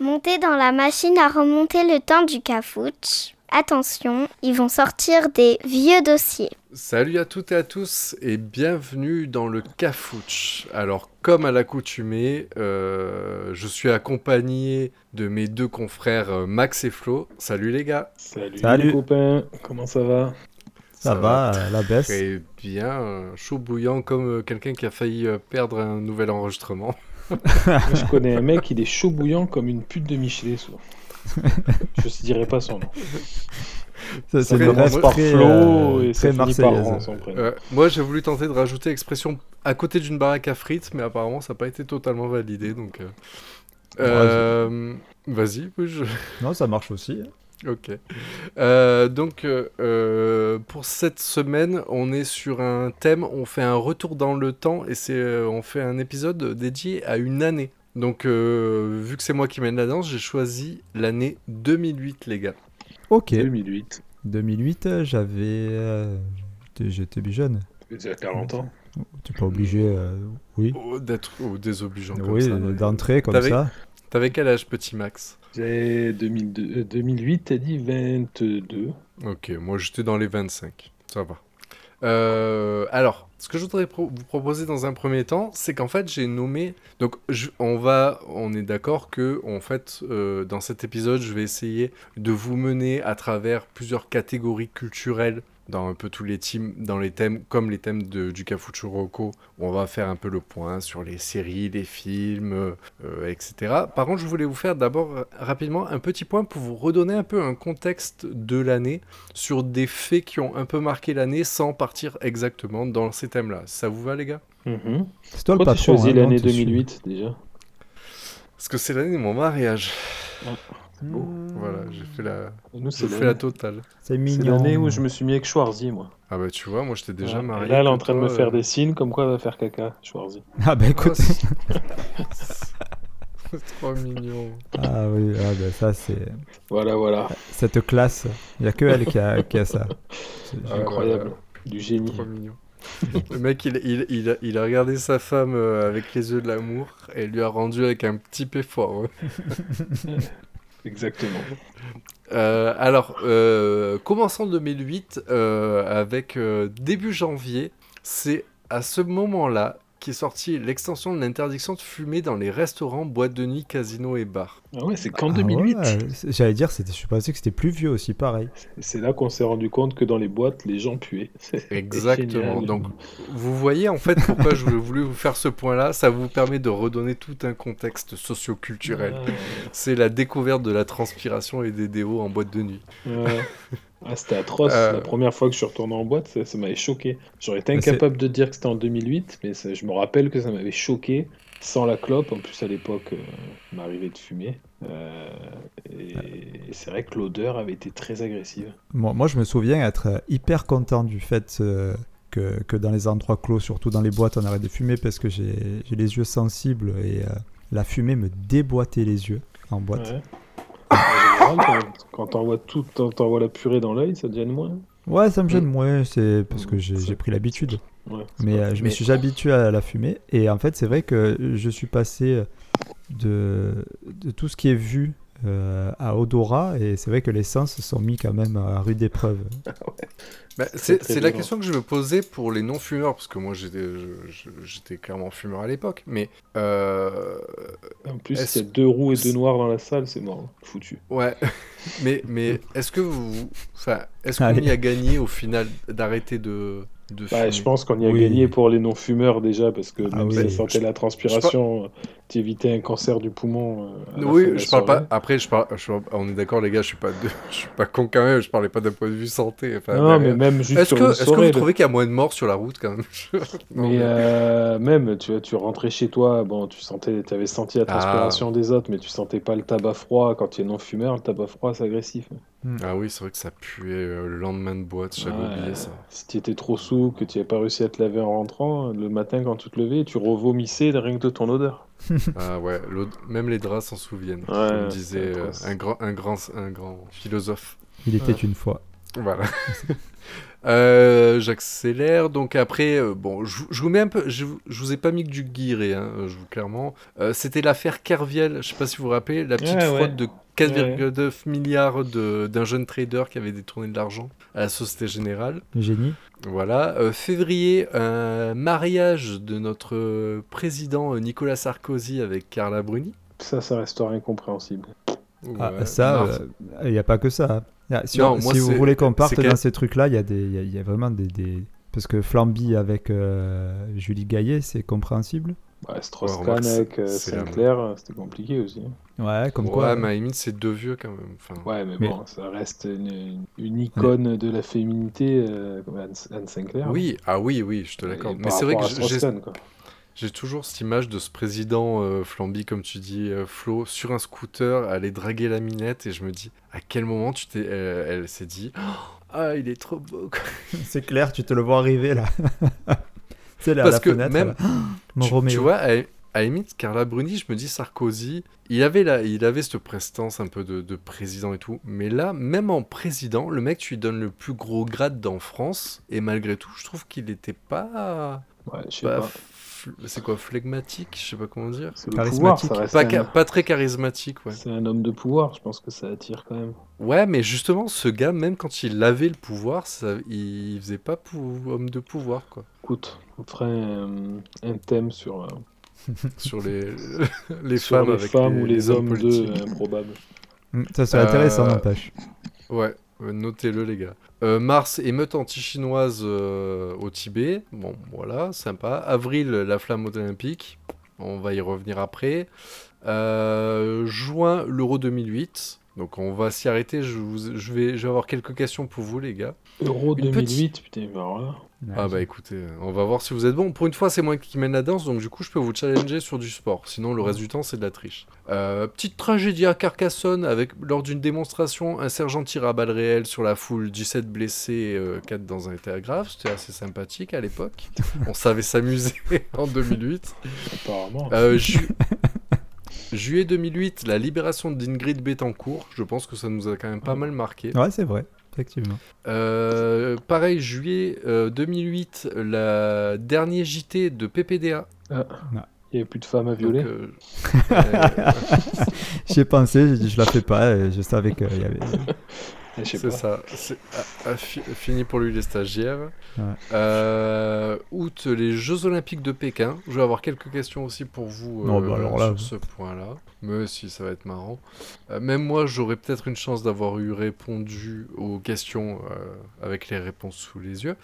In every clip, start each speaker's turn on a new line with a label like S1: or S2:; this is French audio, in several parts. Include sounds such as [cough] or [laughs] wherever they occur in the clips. S1: Montez dans la machine à remonter le temps du cafouche. Attention, ils vont sortir des vieux dossiers.
S2: Salut à toutes et à tous et bienvenue dans le Cafouche. Alors, comme à l'accoutumée, euh, je suis accompagné de mes deux confrères euh, Max et Flo. Salut les gars.
S3: Salut,
S4: Salut.
S3: les copains, comment ça va
S4: Ça, va, euh, la baisse.
S2: Très bien, euh, chaud bouillant comme euh, quelqu'un qui a failli euh, perdre un nouvel enregistrement.
S3: Moi, Je connais un mec, il est chaud bouillant comme une pute de Michelet.
S4: [laughs]
S3: souvent. Je ne dirais pas son nom.
S2: Ça
S4: Ça, c'est
S2: fait
S4: le
S2: commence
S4: rêve
S3: par
S4: très,
S3: Flo
S4: euh,
S3: et ça
S4: très
S3: finit par Ron,
S4: marseillaise.
S3: son prénom.
S2: Euh, moi, j'ai voulu tenter de rajouter expression à côté d'une baraque à frites, mais apparemment, ça n'a pas été totalement validé. Donc, euh, euh, vas-y, oui, je-
S4: Non, ça marche aussi.
S2: Ok. Euh, donc, euh, euh, pour cette semaine, on est sur un thème, on fait un retour dans le temps et c'est, euh, on fait un épisode dédié à une année. Donc, euh, vu que c'est moi qui mène la danse, j'ai choisi l'année 2008, les gars.
S4: Ok.
S3: 2008,
S4: 2008, euh, j'avais. euh, j'étais- J'étais plus jeune.
S3: il y a longtemps.
S4: T'es pas obligé, euh, oui.
S2: Oh, D'être oh, désobligeant comme
S4: Oui,
S2: ça.
S4: d'entrée comme
S2: T'avais-
S4: ça.
S2: T'avais quel âge, petit Max
S3: J'ai 2002 euh, 2008, t'as dit 22.
S2: Ok, moi j'étais dans les 25. Ça va. Euh, alors, ce que je voudrais pro- vous proposer dans un premier temps, c'est qu'en fait j'ai nommé. Donc, je- on va, on est d'accord que, en fait, euh, dans cet épisode, je vais essayer de vous mener à travers plusieurs catégories culturelles dans un peu tous les teams, dans les thèmes comme les thèmes de, du Cafucho Rocco, où on va faire un peu le point sur les séries, les films, euh, euh, etc. Par contre, je voulais vous faire d'abord euh, rapidement un petit point pour vous redonner un peu un contexte de l'année sur des faits qui ont un peu marqué l'année sans partir exactement dans ces thèmes-là. Ça vous va, les gars
S3: Mhm.
S4: C'est toi le
S3: Pourquoi
S4: patron.
S3: tu choisis
S4: hein, non,
S3: l'année
S4: t'es sûr.
S3: 2008 déjà
S2: Parce que c'est l'année de mon mariage. Oh,
S3: Bon,
S2: Voilà, j'ai fait la,
S3: Nous, Mmh. c'est
S2: j'ai fait la
S3: l'année-
S2: totale.
S4: C'est
S3: c'est
S4: mignon.
S3: l'année où je me suis mis avec Schwarzy, moi.
S2: Ah bah tu vois, moi j'étais déjà
S3: Voilà. Et
S2: marié.
S3: Là, elle est en
S2: quand
S3: train de me
S2: toi,
S3: faire
S2: euh,
S3: des signes comme quoi elle va faire caca, Schwarzy.
S4: Ah bah
S2: ah,
S4: écoute.
S2: c'est- c'est trop mignon.
S4: [laughs] Ah oui, ah bah ça c'est.
S3: Voilà, voilà.
S4: Cette classe. Il y a que elle qui a, qui a ça. C'est-
S2: Ah,
S3: Incroyable. Du génie. [laughs]
S2: Trop mignon. Le mec, il, il, il, a, il a regardé sa femme euh, avec les yeux de l'amour et lui a rendu avec un petit péfoir. hein.
S3: Exactement.
S2: Euh, alors, euh, commençons 2008 euh, avec euh, début janvier. C'est à ce moment-là qu'est sortie l'extension de l'interdiction de fumer dans les restaurants, boîtes de nuit, casinos et bars.
S3: Ah ouais, c'est qu'en
S4: Ah
S3: 2008.
S4: ouais, c'est- J'allais dire, c'était- je suis pensé que c'était plus vieux aussi, pareil.
S3: Et C'est là qu'on s'est rendu compte que dans les boîtes, les gens puaient. [laughs]
S2: Exactement.
S3: Génial.
S2: Donc, vous voyez en fait pourquoi je voulais- voulais vous faire ce point-là. Ça vous permet de redonner tout un contexte socio-culturel.
S3: Ah,
S2: C'est la découverte de la transpiration et des déos en boîte de nuit.
S3: ouais. Ah, c'était atroce.
S2: Euh.
S3: La première fois que je suis retourné en boîte, ça, ça m'avait choqué. J'aurais été
S4: Mais Bah, c'est-
S3: incapable de dire que c'était en 2008, mais ça- je me rappelle que ça m'avait choqué. Sans la clope, en plus à l'époque, euh, il m'arrivait de fumer. Euh, et et c'est vrai que l'odeur avait été très agressive.
S4: Moi, moi, je me souviens être euh, hyper content du fait euh, que, que dans les endroits clos, surtout dans les boîtes, on arrête de fumer parce que j'ai j'ai les yeux sensibles et euh, la fumée me déboîtait les yeux en boîte.
S3: Ouais. En général, quand- quand t'envoies tout, t'en- t'envoies la purée dans l'œil, ça devient de moins.
S4: Ouais, ça me gêne moins, c'est parce que j'ai
S3: Ça-
S4: j'ai pris l'habitude.
S3: Ouais.
S4: Mais euh, je
S2: Mais-
S4: me suis habitué à la fumée et en fait, c'est vrai que je suis passé euh, de, de tout ce qui est vu. euh, à odorat et c'est vrai que les sens se sont mis quand même à rude épreuve
S2: Bah,
S3: C'est
S2: c'est c'est
S3: très
S2: la
S3: violent.
S2: question que je me posais pour les non-fumeurs, parce que moi j'étais je- je- j'étais clairement fumeur à l'époque, mais euh,
S3: En plus,
S2: Est-ce-
S3: s'il y a deux roux et deux noirs dans la salle, c'est mort, hein. foutu.
S2: ouais, [laughs] mais mais est-ce que vous, enfin, est-ce qu'on
S4: Allez.
S2: y a gagné au final d'arrêter de de
S3: Bah,
S2: fumer
S3: je pense qu'on y a
S4: Oui.
S3: gagné pour les non-fumeurs déjà, parce que
S4: Ah
S3: même si
S4: oui.
S3: ça sentait la transpiration, t'évitais un cancer du poumon. euh, à la fin de
S2: Oui,
S3: la
S2: je parle
S3: soirée.
S2: pas. Après, je parle. je parle- on est d'accord, les gars. Je suis pas, de- [laughs] je suis pas con quand même. Je parlais pas d'un point de vue santé. enfin,
S3: non, mais
S2: derrière.
S3: même juste
S2: Bah, euh, Est-ce
S3: sur
S2: que,
S3: une
S2: est-ce que vous
S3: soirée.
S2: trouvez qu'il y a moins de morts sur la route quand même [laughs] Non,
S3: mais
S2: mais-
S3: euh, même, tu vois, tu rentrais chez toi, bon, tu sentais, avais senti
S2: Ah.
S3: la transpiration des autres, mais tu sentais pas le tabac froid. Quand tu es non-fumeur, le tabac froid, c'est agressif.
S2: Ah oui, c'est vrai que ça puait euh, le lendemain de boîte. J'avais
S3: Ouais.
S2: oublié ça.
S3: Si tu étais trop sous, que tu n'avais pas réussi à te laver en rentrant, le matin quand tu te levais, tu revomissais rien que de ton odeur.
S2: Ah ouais, l'ode- même les draps s'en souviennent.
S3: Ouais,
S2: comme
S3: ouais,
S2: disait
S3: c'est
S2: euh,
S3: atroce.
S2: un, grand, un, grand, un grand philosophe.
S4: il était
S3: Ouais.
S4: une fois
S3: [laughs]
S2: Voilà. [laughs] Euh, J'accélère. Donc après, euh, bon, je, vous- je vous mets un peu. Je, vous- je vous ai pas mis que du guiré, hein, euh, je vous clairement. Euh, C'était l'affaire Kerviel. Je sais pas si vous vous rappelez, la petite
S3: Ouais, ouais.
S2: fraude de 4,9 milliards de- d'un jeune trader qui avait détourné de l'argent à la Société Générale.
S4: Génie.
S2: Voilà. Euh, février, un mariage de notre euh, président euh, Nicolas Sarkozy avec Carla Bruni.
S3: Ça, ça restera incompréhensible.
S4: Ah,
S2: Ouais.
S4: ça,
S2: Mars.
S4: il n'y a pas que ça. Ah, si
S2: Non,
S4: on-
S2: moi,
S4: si vous
S2: c'est-
S4: voulez qu'on parte
S2: c'est que-
S4: dans ces trucs-là, il y, a des- il y a- il y a vraiment des, des- Parce que Flamby avec euh, Julie Gaillet, c'est compréhensible.
S3: Ouais,
S2: Ouais,
S3: Strauss-Kahn
S2: remarque,
S3: avec euh,
S2: c'est la même.
S3: Sinclair, euh, c'était compliqué aussi.
S4: Ouais, comme
S2: ouais,
S4: quoi. euh,
S2: mais à la limite, c'est deux vieux quand même. Enfin,
S3: Ouais, mais,
S4: Mais-
S3: bon, ça reste une, une icône de la féminité euh, comme Anne, Anne Sinclair. hein.
S2: Oui, ah oui, oui, je te
S3: Et
S2: l'accorde.
S3: par
S2: Mais c'est vrai que
S3: rapport à
S2: j'ai
S3: Strauss-Kahn, quoi.
S2: J'ai toujours cette image de ce président euh, flambi, comme tu dis, euh, Flo, sur un scooter, aller draguer la minette, et je me dis, à quel moment tu t'es, euh, elle s'est dit, [gasps] ah, il est trop beau. quoi.
S4: [laughs] C'est clair, tu te le vois arriver là. [laughs] c'est là, à
S2: Parce
S4: la
S2: que
S4: fenêtre.
S2: même-
S4: là. Mon
S2: tu, tu
S4: Roméo.
S2: vois, à, à la limite, Carla Bruni, je me dis, Sarkozy, il avait, la, il avait cette prestance un peu de, de président et tout, mais là, même en président, le mec, tu lui donnes le plus gros grade dans France, et malgré tout, je trouve qu'il n'était pas.
S3: Ouais, je sais
S2: pas
S3: pas.
S2: Bah, fl- c'est quoi, flegmatique Je sais pas comment dire.
S3: C'est le pouvoir,
S4: Charismatique.
S3: ça reste
S2: Pas,
S3: un-
S2: ca- pas très charismatique, ouais.
S3: C'est un homme de pouvoir, je pense que ça attire quand même.
S2: Ouais, mais justement, ce gars, même quand il avait le pouvoir, ça, il faisait pas pou- homme de pouvoir, quoi.
S3: Écoute, on ferait un, un thème sur, euh,
S2: Sur les, [laughs] les
S3: sur
S2: femmes
S3: les
S2: avec
S3: femmes
S2: les,
S3: ou
S2: les
S3: les hommes
S2: politiques.
S3: de euh, improbable.
S4: Mm, Ça, c'est intéressant,
S2: Euh,
S4: n'empêche.
S2: Ouais, euh, notez-le, les gars. Euh, mars, émeute anti-chinoise euh, au Tibet. Bon, voilà, sympa. Avril, la flamme olympique. On va y revenir après. Euh, juin, l'Euro 2008. Donc on va s'y arrêter. Je, vous- je vais, je vais avoir quelques questions pour vous, les gars.
S3: Euro
S2: Une
S3: 2008, putain, bah alors là,
S2: Ah bah écoutez, euh, on va voir si vous êtes bon. Pour une fois, c'est moi qui mène la danse, donc du coup, je peux vous challenger sur du sport. Sinon, le reste du temps, c'est de la triche. Euh, petite tragédie à Carcassonne, avec lors d'une démonstration, un sergent tire à balles réelles sur la foule, 17 blessés, 4 dans un état grave. C'était assez sympathique à l'époque. On savait s'amuser [laughs] en 2008.
S3: apparemment.
S2: Euh, ju- Juillet 2008, la libération d'Ingrid Betancourt. Je pense que ça nous a quand même pas mal marqué.
S4: Ouais, c'est vrai, effectivement.
S2: Euh, pareil, juillet euh, 2008, la dernier JT de PPDA.
S3: Il n'y avait plus de femmes à
S2: Donc,
S3: violer.
S2: euh, [laughs] euh,
S4: J'y ai pensé, j'ai dit je la fais pas, et je savais qu'il y avait.
S3: Eh, je sais
S2: euh, c'est
S3: pas.
S2: ça. C'est ah, ah, fi- fini pour lui les stagiaires.
S4: Ouais.
S2: Euh, août, les Jeux Olympiques de Pékin. Je vais avoir quelques questions aussi pour vous euh,
S4: Non, bah alors là,
S2: sur
S4: vous-
S2: ce point-là. Mais si, ça va être marrant. Euh, même moi, j'aurais peut-être une chance d'avoir eu répondu aux questions euh, avec les réponses sous les
S4: [laughs]
S2: yeux.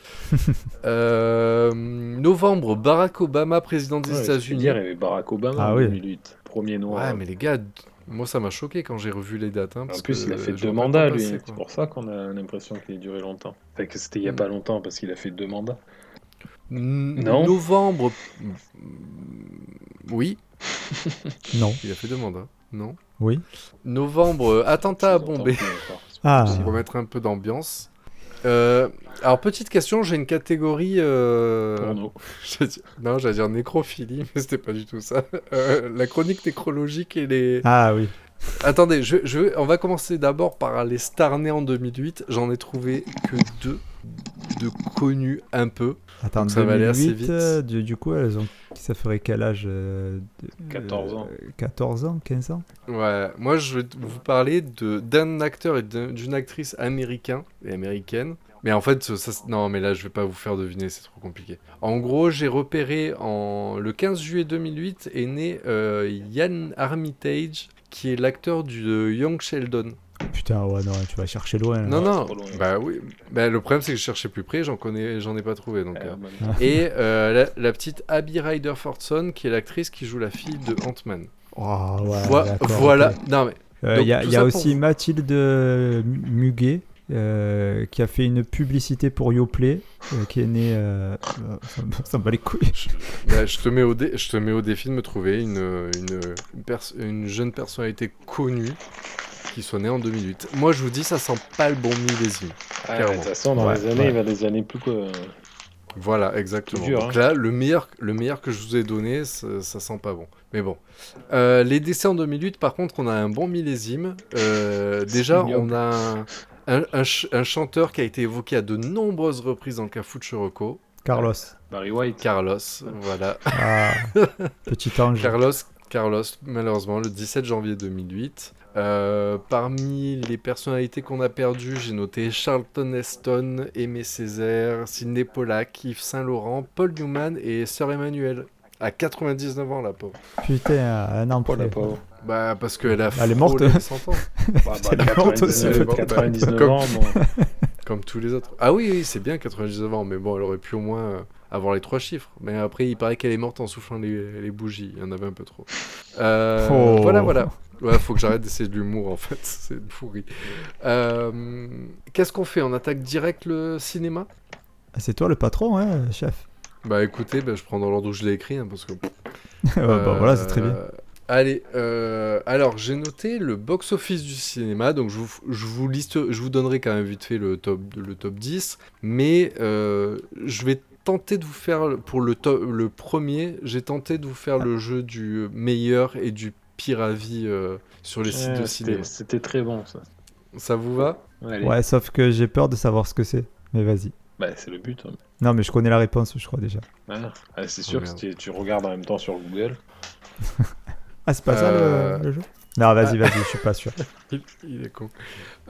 S2: Euh, novembre, Barack Obama, président des
S3: Ouais, je veux
S2: États-Unis.
S3: dire, il y avait Barack Obama
S4: Ah
S3: en
S4: oui.
S3: 2008, premier noir.
S2: Ouais, mais les gars, d- moi ça m'a choqué quand j'ai revu les dates. hein,
S3: En
S2: parce
S3: plus,
S2: que
S3: il a fait
S2: je
S3: deux
S2: vois pas
S3: mandats,
S2: quoi
S3: lui.
S2: passer,
S3: C'est
S2: quoi.
S3: pour ça qu'on a l'impression qu'il a duré longtemps. Enfin, que c'était il n'y a
S2: Mm.
S3: pas longtemps, parce qu'il a fait deux mandats.
S2: N-
S3: Non.
S2: Novembre. Oui,
S4: Non,
S2: il a fait deux mandats. Non.
S4: oui.
S2: Novembre, euh, attentat à
S3: Je vous entends
S2: Bombay.
S3: plus encore. C'est
S4: Ah.
S3: pas possible.
S2: Pour mettre un peu d'ambiance. Euh, alors, petite question, j'ai une catégorie. euh,
S3: Porno.
S2: [laughs] j'allais dire- Non, j'allais dire nécrophilie, mais c'était pas du tout ça. Euh, la chronique nécrologique et les.
S4: Ah oui.
S2: Attendez, je, je- on va commencer d'abord par les stars nées en 2008. J'en ai trouvé que deux de connus un peu.
S4: Attends,
S2: ça va aller assez
S4: 2008,
S2: vite.
S4: euh, du, du coup, elles ont... ça ferait quel âge euh, de-
S3: 14 ans.
S4: euh, 14 ans, 15 ans
S2: Ouais, moi je vais vous parler de d'un acteur et d'un- d'une actrice américain et américaine. Mais en fait, ça, ça- non, mais là je vais pas vous faire deviner, c'est trop compliqué. En gros, j'ai repéré en le 15 juillet 2008 est né euh, Ian Armitage, qui est l'acteur du de Young Sheldon.
S4: Putain, ouais, non, tu vas chercher loin. là.
S2: non,
S3: ouais,
S2: non.
S3: c'est pas loin.
S2: Bah oui. Bah, le problème c'est que je cherchais plus près, j'en connais, j'en ai pas trouvé. Donc. euh.
S3: Euh, même-
S2: Et euh, la, la petite Abby Ryder Fortson, qui est l'actrice qui joue la fille de Ant-Man.
S4: Oh, ouais,
S2: Voi-
S4: d'accord,
S2: voilà.
S4: ok.
S2: Non mais.
S4: Euh,
S2: Donc,
S4: Il y a,
S2: tout
S4: il y a
S2: ça pour
S4: aussi
S2: vous.
S4: Mathilde euh, Muguet euh, qui a fait une publicité pour Yoplait, euh, qui est née. euh, euh, ça, me- ça me bat les couilles.
S2: Bah, je, te mets au dé- je te mets au défi de me trouver une, euh, une, une pers- une jeune personnalité connue qui soit née en 2008. Moi, je vous dis, ça sent pas le bon millésime.
S3: Ah, mais de
S2: clairement.
S3: toute façon, dans
S4: Ouais,
S3: les années,
S4: ouais.
S3: il va des années plus euh, quoi.
S2: Voilà, exactement.
S3: C'est dur,
S2: Donc
S3: hein.
S2: là, le meilleur, le meilleur que je vous ai donné, ça, ça sent pas bon. Mais bon. Euh, les décès en 2008, par contre, on a un bon millésime. Euh, déjà,
S3: ignoble.
S2: on a un, un, un ch- un chanteur qui a été évoqué à de nombreuses reprises dans le Cafouche Rocco,
S4: Carlos.
S3: Barry White.
S2: Carlos, voilà. [laughs]
S4: Ah, petit ange.
S2: Carlos, Carlos, malheureusement, le 17 janvier 2008. Euh, parmi les personnalités qu'on a perdues, j'ai noté Charlton Heston, Aimé Césaire, Sidney Pollack, Yves Saint-Laurent, Paul Newman et Sœur Emmanuel. À 99 ans, la pauvre.
S4: Putain, un an
S3: Oh la
S4: près.
S3: pauvre.
S2: Bah, parce qu'elle a
S4: Elle est morte.
S2: frôlé les 100 ans,
S3: Bah, bah,
S4: Elle est morte aussi,
S3: 99,
S2: peut-être.
S3: 99
S2: Comme-
S3: ans, bon.
S2: comme tous les autres. Ah oui, oui, c'est bien 99 ans, mais bon, elle aurait pu au moins euh, avoir les trois chiffres. Mais après, il paraît qu'elle est morte en soufflant les, les bougies. Il y en avait un peu trop. Euh,
S4: Oh.
S2: Voilà, voilà. Ouais, faut que j'arrête d'essayer de l'humour en fait, [laughs] c'est pourri. Euh, Qu'est-ce qu'on fait On attaque direct le cinéma
S4: Ah, C'est toi le patron, hein, chef. [laughs]
S2: Bah écoutez, bah, je prends dans l'ordre où je l'ai écrit hein, parce que.
S4: Ouais, bah,
S2: Euh,
S4: voilà, c'est très bien.
S2: Allez, euh, alors j'ai noté le box-office du cinéma, donc je vous, je vous liste, je vous donnerai quand même vite fait le top, le top 10, mais euh, je vais tenter de vous faire le- pour le top, le premier, j'ai tenté de vous faire le jeu du meilleur et du pire avis euh, sur les sites
S3: Ouais,
S2: de cinéma.
S3: c'était- C'était très bon, ça.
S2: Ça vous va
S3: Allez.
S4: Ouais, sauf que j'ai peur de savoir ce que c'est. Mais vas-y.
S3: Bah, c'est le but. hein.
S4: Non, mais je connais la réponse, je crois déjà.
S3: Ah, ah, c'est sûr
S2: Oh,
S3: que
S2: merde.
S3: tu, tu regardes en même temps sur Google.
S4: Ah, c'est pas
S2: Euh,
S4: ça le, le jeu Non, vas-y, vas-y, je suis
S2: [laughs]
S4: pas sûr.
S2: Il, il est con.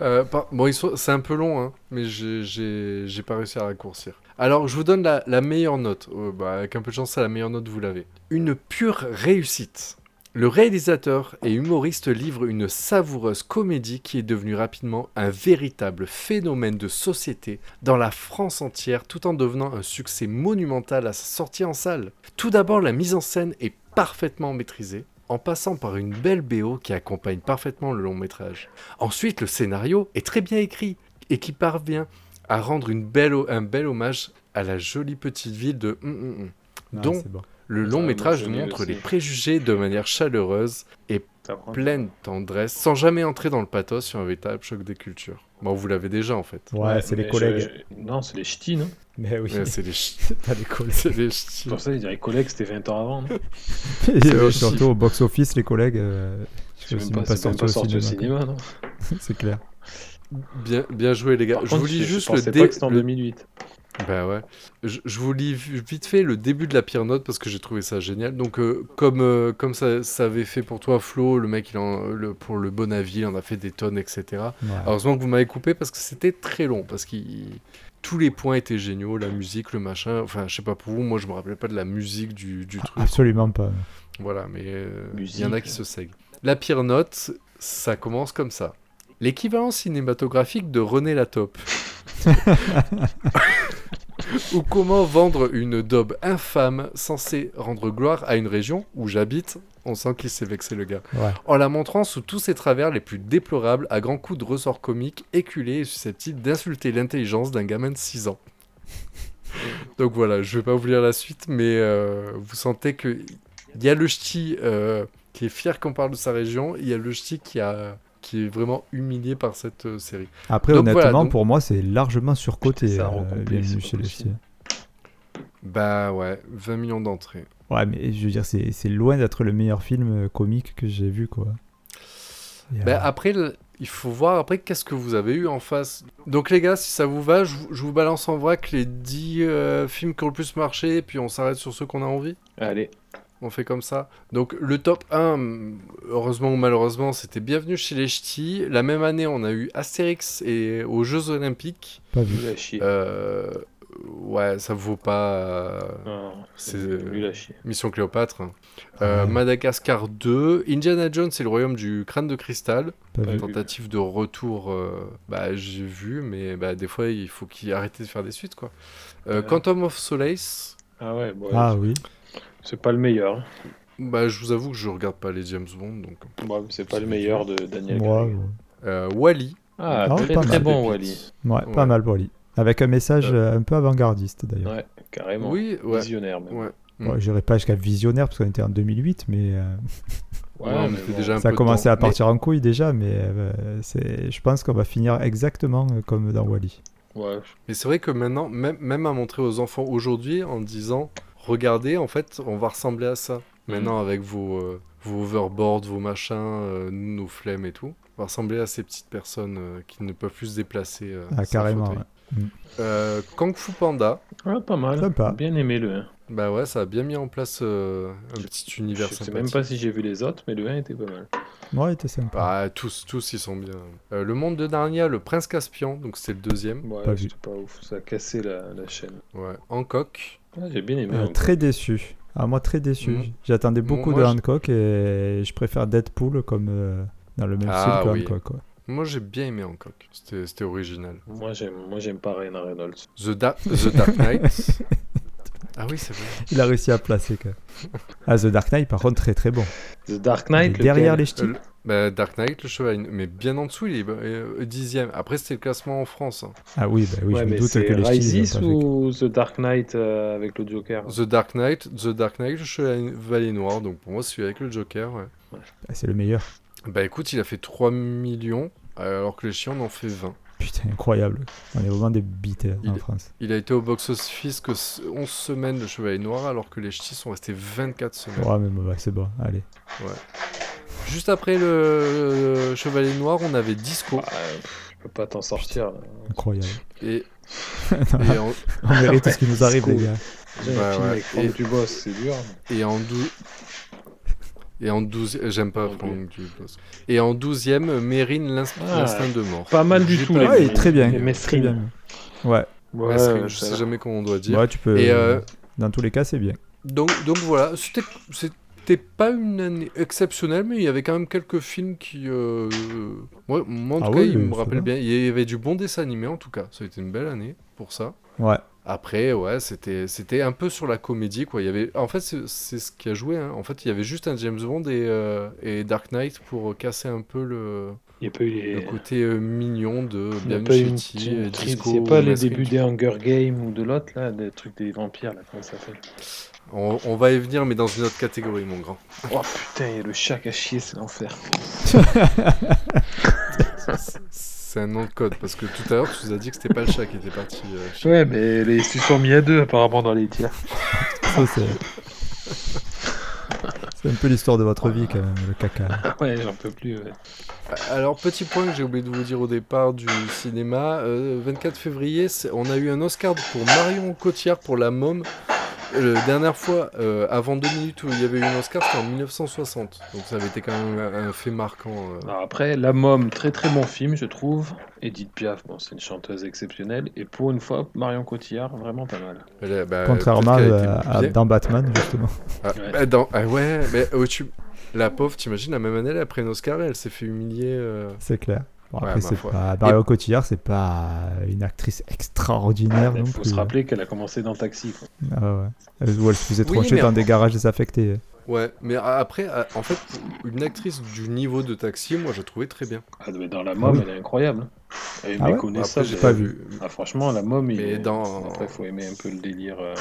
S2: Euh, par- Bon, ils sont- c'est un peu long, hein, mais j'ai- j'ai j'ai pas réussi à raccourcir. Alors, je vous donne la, la meilleure note. Euh, bah, avec un peu de chance, c'est la meilleure note, vous l'avez. Une pure réussite. Le réalisateur et humoriste livre une savoureuse comédie qui est devenue rapidement un véritable phénomène de société dans la France entière tout en devenant un succès monumental à sa sortie en salle. Tout d'abord, la mise en scène est parfaitement maîtrisée, en passant par une belle BO qui accompagne parfaitement le long métrage. Ensuite, le scénario est très bien écrit et qui parvient à rendre une belle ho- un bel hommage à la jolie petite ville de... Hum, hum, hum.
S4: Non,
S2: Donc,
S4: c'est bon.
S2: Le
S3: Ça
S2: long
S3: va
S2: métrage
S3: mentionner
S2: montre
S3: aussi.
S2: les préjugés de manière chaleureuse et
S3: Ça prend.
S2: pleine tendresse, sans jamais entrer dans le pathos sur un véritable choc des cultures. Bon, vous l'avez déjà en fait.
S4: Ouais, c'est
S3: mais
S4: les collègues.
S3: je- Non, c'est les ch'tis, non
S4: [laughs] Mais oui,
S2: Ouais, c'est des chi- [laughs]
S4: t'as les collègues.
S2: c'est des chi-
S3: C'est pour ça qu'ils diraient collègues, c'était 20 ans avant. Non
S4: Et, euh,
S2: aussi-
S4: [laughs] surtout au box-office, les collègues. euh, [laughs] je
S3: c'est
S4: suis
S3: même pas, c'est même pas sorti au cinéma, non
S4: c'est clair.
S2: Bien, bien joué les gars.
S3: Par
S2: je
S3: contre,
S2: vous lis juste
S3: je
S2: le,
S3: pensais
S2: dé-
S3: pas que c'était en
S2: le-
S3: 2008.
S2: Bah ouais. Je, je vous lis v- vite fait le début de la pire note parce que j'ai trouvé ça génial. Donc, euh, comme, euh, comme ça, ça avait fait pour toi, Flo, le mec, il en, le- pour le bon avis, il en a fait des tonnes, etc.
S4: Ouais.
S2: Heureusement que vous m'avez coupé parce que c'était très long. Parce que tous les points étaient géniaux, la musique, le machin. Enfin, je sais pas pour vous, moi, je me rappelais pas de la musique du,
S4: Ah,
S2: du truc.
S4: Absolument pas.
S2: Voilà, mais euh, il y
S3: Musique.
S2: en a qui se sèguent. La pire note, ça commence comme ça. L'équivalent cinématographique de René Latop. Ou comment vendre une daube infâme censée rendre gloire à une région où j'habite. On sent qu'il s'est vexé le gars.
S4: Ouais.
S2: En la montrant sous tous ses travers les plus déplorables à grands coups de ressorts comiques éculés et susceptibles d'insulter l'intelligence d'un gamin de 6 ans. Donc voilà, je vais pas vous lire la suite, mais euh, vous sentez que il y a le ch'ti euh, qui est fier qu'on parle de sa région, il y a le ch'ti qui, a, qui est vraiment humilié par cette euh, série.
S4: Après,
S2: Donc,
S4: honnêtement,
S2: voilà, donc-
S4: pour moi, c'est largement surcoté.
S3: Ça a
S4: euh,
S3: recoupé,
S4: Bienvenue
S3: c'est pas
S4: chez les
S3: possible.
S4: Ch'tis.
S2: Bah ouais, 20 millions d'entrées.
S4: Ouais, mais je veux dire, c'est c'est loin d'être le meilleur film euh, comique que j'ai vu, quoi. Et,
S2: Ben,
S4: euh,
S2: après, le- il faut voir après qu'est-ce que vous avez eu en face. Donc les gars, si ça vous va, je, vous- je vous balance en vrac les 10 euh, films qui ont le plus marché, et puis on s'arrête sur ceux qu'on a envie.
S3: Allez,
S2: On fait comme ça. Donc le top 1, heureusement ou malheureusement, c'était Bienvenue chez les Ch'tis. La même année, on a eu Astérix et aux Jeux Olympiques.
S4: pas vu.
S3: nul à chier.
S2: Euh, ouais, ça vaut pas euh,
S3: Non, non,
S2: c'est-
S3: c'est nul à chier.
S2: Mission Cléopâtre. Euh,
S4: Ouais.
S2: Madagascar 2, Indiana Jones et le royaume du crâne de cristal.
S4: Pas
S3: Ouais.
S4: vu.
S2: Tentative de retour, euh, bah, j'ai vu, mais bah, des fois il faut qu'il arrête de faire des suites. quoi. Euh,
S3: Ouais.
S2: Quantum of Solace,
S3: Ah ouais, bon,
S4: Ah oui.
S3: c'est pas le meilleur. hein.
S2: bah, je vous avoue que je regarde pas les James Bond. Donc.
S3: Bon, c'est pas le meilleur de Daniel.
S4: Moi,
S3: Craig.
S4: ouais.
S2: Euh, Wally,
S3: Ah,
S4: Ah,
S3: très
S4: pas
S3: très
S4: mal.
S3: bon, Wally.
S4: Ouais, pas
S2: Ouais.
S4: mal pour lui. Avec un message
S2: Euh.
S4: euh, un peu avant-gardiste, d'ailleurs.
S3: Ouais, carrément.
S2: oui, ouais.
S3: Visionnaire, même.
S2: ouais. Mm.
S4: Ouais, J'irai pas jusqu'à visionnaire, parce qu'on était en 2008, mais... euh,
S2: Ouais, on
S3: mais
S2: était
S3: bon.
S2: déjà un
S4: Ça a
S2: peu
S4: commencé
S2: dedans.
S4: à partir en couille déjà, mais euh, c'est, je pense qu'on va finir exactement euh, comme dans Wally.
S3: Ouais,
S2: Mais, mais c'est vrai que maintenant, même, même à montrer aux enfants
S3: Mhm.
S2: aujourd'hui en disant, regardez, en fait, on va ressembler à ça. Maintenant, avec vos, euh, vos overboards, vos machins, euh, nous, nos flemmes et tout, va ressembler à ces petites personnes euh, qui ne peuvent plus se déplacer. euh,
S4: Ah,
S2: sans
S4: carrément.
S2: fauteuil.
S4: ouais.
S2: Euh, Kung Fu Panda,
S3: Ah, pas mal.
S4: Sympa.
S3: Bien aimé le 1.
S2: bah ouais, ça a bien mis en place euh, un petit
S3: Je
S2: univers
S3: sais
S2: sympathique.
S3: même pas si j'ai vu les autres, mais le 1 était pas mal.
S4: Ouais, il était sympa.
S2: Ah, tous, tous, ils sont bien. Euh, le monde de Narnia, le prince Caspian, donc c'est le deuxième.
S3: Ouais,
S4: Pas vu.
S3: c'était pas ouf. Ça a cassé la, la chaîne.
S2: Ouais. Hancock.
S3: Ah, j'ai bien aimé.
S4: Euh,
S3: encore.
S4: très déçu. Ah, moi, très déçu.
S2: Mhm.
S4: J'attendais
S2: Moi-
S4: beaucoup
S2: moi,
S4: de
S2: je-
S4: Hancock et je préfère Deadpool comme euh, dans le même
S2: Ah,
S4: style que
S2: oui.
S4: Hancock. quoi.
S2: Moi, j'ai bien aimé Hancock. C'était c'était original.
S3: Moi, j'aime, moi, j'aime pas Ryan Reynolds.
S2: The, Da- [laughs] The Dark Knight. ah oui, c'est vrai.
S4: Il a réussi à placer. Quoi. Ah, The Dark Knight, par contre, très très bon.
S3: The Dark
S4: Il est
S3: Knight,
S4: derrière
S3: lequel
S4: les ch'tis.
S2: Euh, le- bah, Dark Knight, le cheval, mais bien en dessous, il est euh, dixième. Après, c'était le classement en France. hein.
S4: Ah oui, bah oui,
S3: Ouais,
S4: je me
S3: mais
S4: doute
S3: c'est
S4: que les hein, ch'tis. ils ont
S3: Rises
S4: pas fait que-
S3: ou The Dark Knight euh, avec le Joker
S2: The Dark Knight, The Dark Knight, le chevalier noir. Donc pour moi, celui avec le Joker. ouais.
S4: Ah, c'est le meilleur.
S2: Bah écoute, il a fait 3 millions, euh, alors que les chiens en ont fait 20.
S4: Putain, incroyable. On est vraiment des bites euh, en
S2: Il-
S4: France.
S2: Il a été au box-office que s- 11 semaines, le chevalier noir, alors que les ch'tis sont restés 24 semaines.
S4: Ouais, mais bon, bah, c'est bon, allez.
S2: Juste après le, le chevalier noir, on avait Disco.
S3: Ouais, Ah, pff, Je peux pas t'en sortir. là.
S4: Incroyable.
S2: [laughs] Et,
S4: Non,
S2: et en,
S4: on mérite tout ce qui nous arrive,
S3: Disco.
S4: les gars.
S3: Déjà,
S2: Bah
S3: un film
S2: ouais.
S3: avec Franck
S2: Et-
S3: Dubos, c'est dur.
S2: et en dou- Et en 12 j'aime pas
S3: Non
S2: Franck Dubos. Et en 12e, Mérine, l'ins-
S3: Ah,
S2: l'instinct de mort.
S3: pas mal du
S2: J'ai
S3: tout,
S2: pas
S3: les
S2: vu.
S4: Ouais,
S3: gars.
S4: il est très bien.
S3: Les
S4: très
S3: Mesrines.
S4: bien. Ouais,
S3: Ouais,
S2: Mesrine, je
S3: ça-
S2: sais jamais comment on doit dire.
S4: ouais, tu peux.
S2: Et, euh,
S4: Dans tous les cas, c'est bien.
S2: Donc, donc voilà, c'était c'était pas une année exceptionnelle, mais il y avait quand même quelques films qui. euh, Ouais, moi en
S4: Ah
S2: tout cas,
S4: oui,
S2: ils me
S4: ça
S2: rappellent
S4: va.
S2: bien. Il y avait du bon dessin animé en tout cas. Ça a été une belle année pour ça.
S4: Ouais.
S2: Après, ouais, c'était c'était un peu sur la comédie quoi. Il y avait, en fait, c'est c'est ce qui a joué. hein. En fait, il y avait juste un James Bond et, euh, et Dark Knight pour casser un peu le,
S3: Il n'y a pas eu
S2: le
S3: les.
S2: côté euh, mignon de
S3: Il n'y a
S2: Bienvenue
S3: pas eu
S2: chez
S3: une
S2: T,
S3: une-
S2: euh,
S3: une-
S2: Disco.
S3: C'est pas
S2: ou
S3: les
S2: Mask
S3: débuts des Hunger Games ou de l'autre, là, des trucs des vampires, là, comment ça s'appelle
S2: On, on va y venir, mais dans une autre catégorie, mon grand. [laughs]
S3: Oh putain, il y a le chat à chier, c'est l'enfer.
S2: C'est un nom de code, parce que tout à l'heure, tu nous as dit que c'était pas le chat qui était parti. euh, chez-
S3: Ouais, mais les, ils se sont mis à deux apparemment dans les tirs.
S4: Ça, c'est. C'est un peu l'histoire de votre vie, quand même, le caca.
S3: [laughs] ouais, j'en peux plus. ouais.
S2: Alors, petit point que j'ai oublié de vous dire au départ du cinéma, euh, 24 février, c'est- on a eu un Oscar pour Marion Cotillard pour La Môme. Euh, La dernière fois, euh, avant deux minutes où il y avait eu un Oscar, c'était en 1960. Donc ça avait été quand même un, un fait marquant. euh.
S3: Alors après, La Mom, très très bon film, je trouve. Edith Piaf, bon, c'est une chanteuse exceptionnelle. Et pour une fois, Marion Cotillard, vraiment pas mal.
S2: Elle est- bah,
S4: Contrairement
S2: peut-être qu'elle a
S4: à-
S2: été
S4: euh, à-
S2: bien-
S4: dans Batman, justement. [laughs]
S2: Ah,
S3: Ouais.
S2: bah, dans- ah ouais, mais oh, tu- la pauvre, t'imagines, la même année, elle a pris un Oscar et elle s'est fait humilier. euh.
S4: C'est clair. Bon,
S2: Ouais,
S4: après,
S2: ma
S4: c'est
S2: foi.
S4: pas... Mario Cotillard, c'est pas une actrice extraordinaire
S3: Il
S4: non
S3: faut
S4: plus.
S3: se rappeler qu'elle a commencé dans Taxi. quoi.
S4: Ah ouais. Euh, Où elle se faisait
S2: Oui,
S4: troncher
S2: mais
S4: dans
S2: en-
S4: des garages désaffectés.
S2: Ouais, mais a- après, a- en fait, une actrice du niveau de Taxi, moi, je trouvais très bien.
S3: Ah, mais dans La Mom,
S4: oui.
S3: elle est incroyable. Elle est
S4: Ah ouais
S3: méconnaissable.
S2: j'ai
S4: pas vu.
S3: Ah, franchement, La Mom, il
S2: Mais
S3: est...
S2: dans-
S3: Après, faut aimer un peu le délire euh,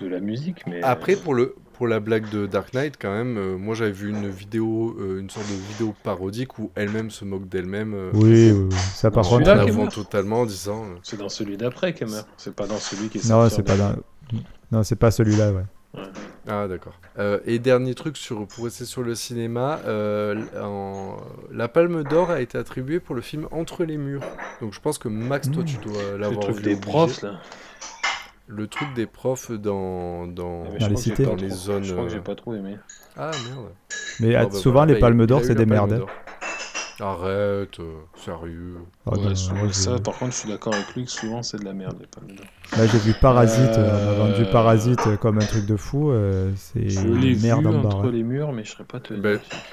S3: de la musique, mais...
S2: Après, pour le pour la blague de Dark Knight, quand même, euh, moi, j'avais vu une vidéo, euh, une sorte de vidéo parodique où elle-même se moque d'elle-même. euh,
S4: Oui, oui, oui. Ça, par
S3: Non,
S2: en
S4: contre.
S3: celui-là, qui
S4: euh,
S3: est
S2: l'avant
S3: mort.
S2: totalement, en disant. euh,
S3: C'est dans celui d'après qu'elle meurt. C'est pas dans celui qui est
S4: Non,
S3: sorti en
S4: c'est pas
S3: dernier.
S4: dans- Non, c'est pas celui-là, ouais.
S2: Ah d'accord. Euh, et dernier truc sur, pour rester sur le cinéma, euh, en- la Palme d'Or a été attribuée pour le film Entre les murs. Donc je pense que Max, toi
S4: Mmh.
S2: tu dois
S3: Le
S2: l'avoir
S3: truc
S2: vu
S3: des
S2: obligé.
S3: profs, là.
S2: Le truc des profs dans... dans...
S3: Mais je
S4: Dans
S3: crois
S4: les
S3: que j'ai
S4: cités.
S3: pas
S2: Dans les
S3: trop-
S2: zones,
S3: Je crois que j'ai
S2: euh,
S3: pas trop aimé.
S2: Ah merde.
S4: Mais
S2: Ah,
S4: ah,
S2: bah,
S4: souvent,
S2: voilà,
S4: les
S2: bah, il-
S4: palmes
S2: il
S4: d'or,
S2: a eu
S4: c'est
S2: la
S4: des
S2: Palme
S4: merdes.
S2: d'Or. Arrête, euh, sérieux.
S4: Ah,
S3: Ouais,
S4: non,
S3: souvent,
S4: moi, j'ai-
S3: ça, par contre, je suis d'accord avec lui que souvent, c'est de la merde, les palmes d'or.
S4: Là, j'ai vu Parasite. euh, On a vendu
S3: Euh,
S4: Parasite euh, comme un truc de fou. euh, c'est
S3: Je l'ai
S4: une
S3: vu
S4: merde en
S3: entre
S4: barre. Ah,
S3: les murs, mais je serais pas te dire
S2: Ben,
S3: qui- qui- qui-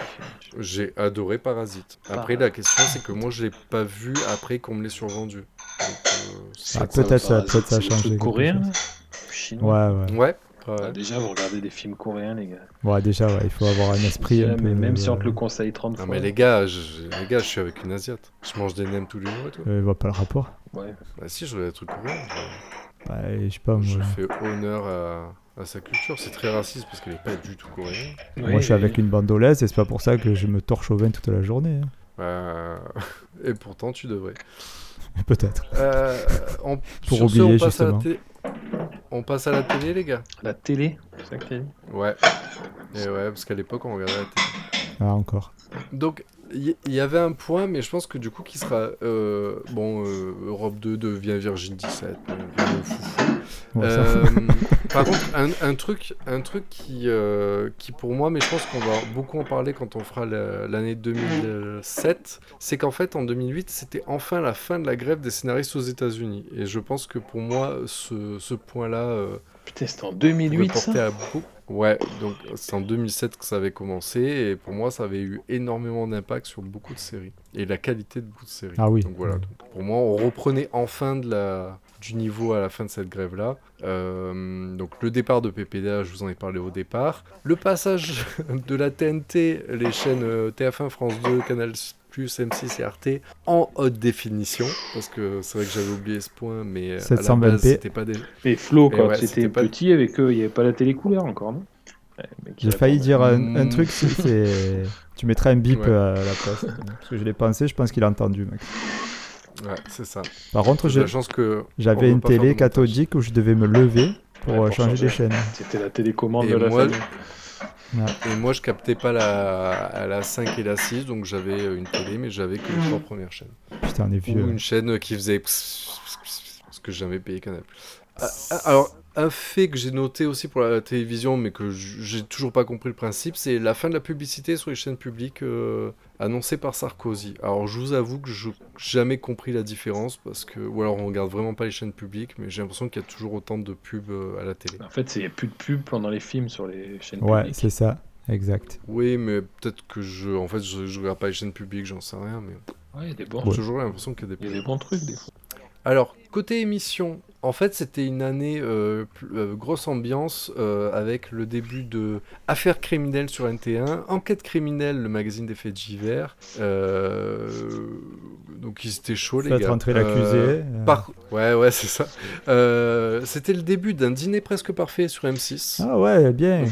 S2: J'ai adoré Parasite. Après
S3: Parasite.
S2: la question c'est que moi je l'ai pas vu après qu'on me l'ait survendu. Donc, euh, c'est-
S4: Ah, peut-être ça-
S3: Parasite,
S4: peut-être ça a
S3: c'est le
S4: changé
S3: truc
S4: quelque
S3: coréen,
S4: chose.
S3: là Ou
S4: Ouais,
S3: chinois.
S4: hein. ouais.
S2: euh, Ouais.
S3: Ah,
S2: ouais.
S3: déjà, vous regardez des films coréens, les gars.
S4: Ouais, déjà, ouais, il faut avoir un esprit.
S3: Déjà,
S4: un peu,
S3: mais même si on
S4: euh,
S3: te le conseille 30
S2: Non
S3: fois.
S2: mais les gars, je, les gars, je suis avec une asiate. Je mange des nems tous les jours et tout.
S4: euh, je vois pas le rapport.
S3: Ouais.
S2: Bah si, je regarde des trucs coréens.
S4: Bah, je sais pas, moi,
S2: Je fais honneur à, à sa culture. C'est très raciste parce qu'elle est pas du tout coréenne.
S4: moi, je suis
S3: Oui,
S4: avec une bandolaise et c'est pas pour ça que je me torche au vin toute la journée. hein. [laughs]
S2: Euh, [laughs] Et pourtant, tu devrais.
S4: Peut-être.
S2: Euh, on- sur
S4: Pour
S2: ce,
S4: oublier,
S2: on passe, à la
S4: justement.
S2: té- on passe à la télé, les gars
S3: La télé, c'est ça que t'as dit
S2: Ouais. Et ouais, parce qu'à l'époque, on regardait la télé.
S4: Ah, encore.
S2: Donc, il y, il y avait un point, mais je pense que du coup, qui sera. euh, bon, euh, Europe 2 devient Virgin 17. donc, euh, foufou.
S4: Ouais, ça-
S2: Euh, [laughs] par contre, un, un truc, un truc qui, euh, qui pour moi, mais je pense qu'on va beaucoup en parler quand on fera la- l'année 2007, c'est qu'en fait, en 2008, c'était enfin la fin de la grève des scénaristes aux États-Unis. Et je pense que pour moi, ce, ce point-là euh,
S3: Putain, c'était en
S2: pouvait
S3: 2008
S2: porter
S3: ça
S2: à bout. Ouais, donc c'est en 2007 que ça avait commencé, et pour moi, ça avait eu énormément d'impact sur beaucoup de séries et la qualité de beaucoup de séries.
S4: Ah oui.
S2: Donc voilà, donc, pour moi, on reprenait enfin de la, du niveau à la fin de cette grève-là. Euh, donc le départ de PPDA, je vous en ai parlé au départ. Le passage [laughs] de la TNT, les chaînes euh, TF1, France 2, Canal+, M6 et Arte, en haute définition, parce que c'est vrai que j'avais oublié ce point, mais euh, à la
S4: 720p.
S2: base, c'était pas des...
S3: Mais Flo,
S2: Mais
S3: quand
S2: ouais,
S3: t'étais
S2: c'était pas-
S3: petit avec eux, il n'y avait pas la télé couleur encore, non Ouais, le mec, il
S4: J'ai failli
S3: répondait.
S4: dire un, un
S2: Hmm.
S4: truc, c'est- c'est. Tu mettrais un bip
S2: Ouais.
S4: euh, à la place. Parce que je l'ai pensé, je pense qu'il a entendu, mec.
S2: Ouais, c'est ça.
S4: Par contre,
S2: J'ai
S4: je-
S2: la chance que...
S4: j'avais
S2: on
S4: une
S2: peut pas faire de
S4: télé
S2: montage.
S4: cathodique où je devais me lever pour,
S3: Ouais, pour
S4: euh, changer
S3: changer.
S4: des chaînes.
S3: C'était la télécommande
S2: Et
S3: de la
S2: moi-
S3: famille.
S2: Et moi, je captais pas la, à la 5 et la 6, donc j'avais euh, une télé, mais j'avais que les trois premières chaînes.
S4: Putain, on est
S2: Ou
S4: vieux.
S2: une chaîne qui faisait pss, pss, pss, parce que j'avais payé Canal. Ah, ah, Alors, un fait que j'ai noté aussi pour la télévision, mais que j- j'ai toujours pas compris le principe, c'est la fin de la publicité sur les chaînes publiques euh, annoncée par Sarkozy. Alors, je vous avoue que je jamais compris la différence parce que, ou alors on regarde vraiment pas les chaînes publiques, mais j'ai l'impression qu'il y a toujours autant de pubs euh, à la télé.
S3: En fait, c'est- il n'y a plus de pub pendant les films sur les chaînes
S4: Ouais,
S3: publiques.
S4: c'est ça. Exact.
S2: Oui, mais peut-être que je, en fait, je, je regarde pas les chaînes publiques, j'en sais rien, mais
S3: Ouais, il y a des bons,
S2: j'ai toujours l'impression qu'il y a des
S3: il y
S2: pubs.
S3: a des bons trucs des fois.
S2: Alors, côté émission, en fait, c'était une année euh, pl- euh, grosse ambiance euh, avec le début de Affaires criminelles sur NT1, Enquête criminelle, le magazine des faits divers. Euh, Donc, ils étaient chauds, les gars.
S4: Faites rentrer l'accusé.
S2: Euh,
S4: euh,
S2: par- Ouais, ouais, c'est ça. Euh, c'était le début d'un dîner presque parfait sur M6.
S4: Ah ouais, bien.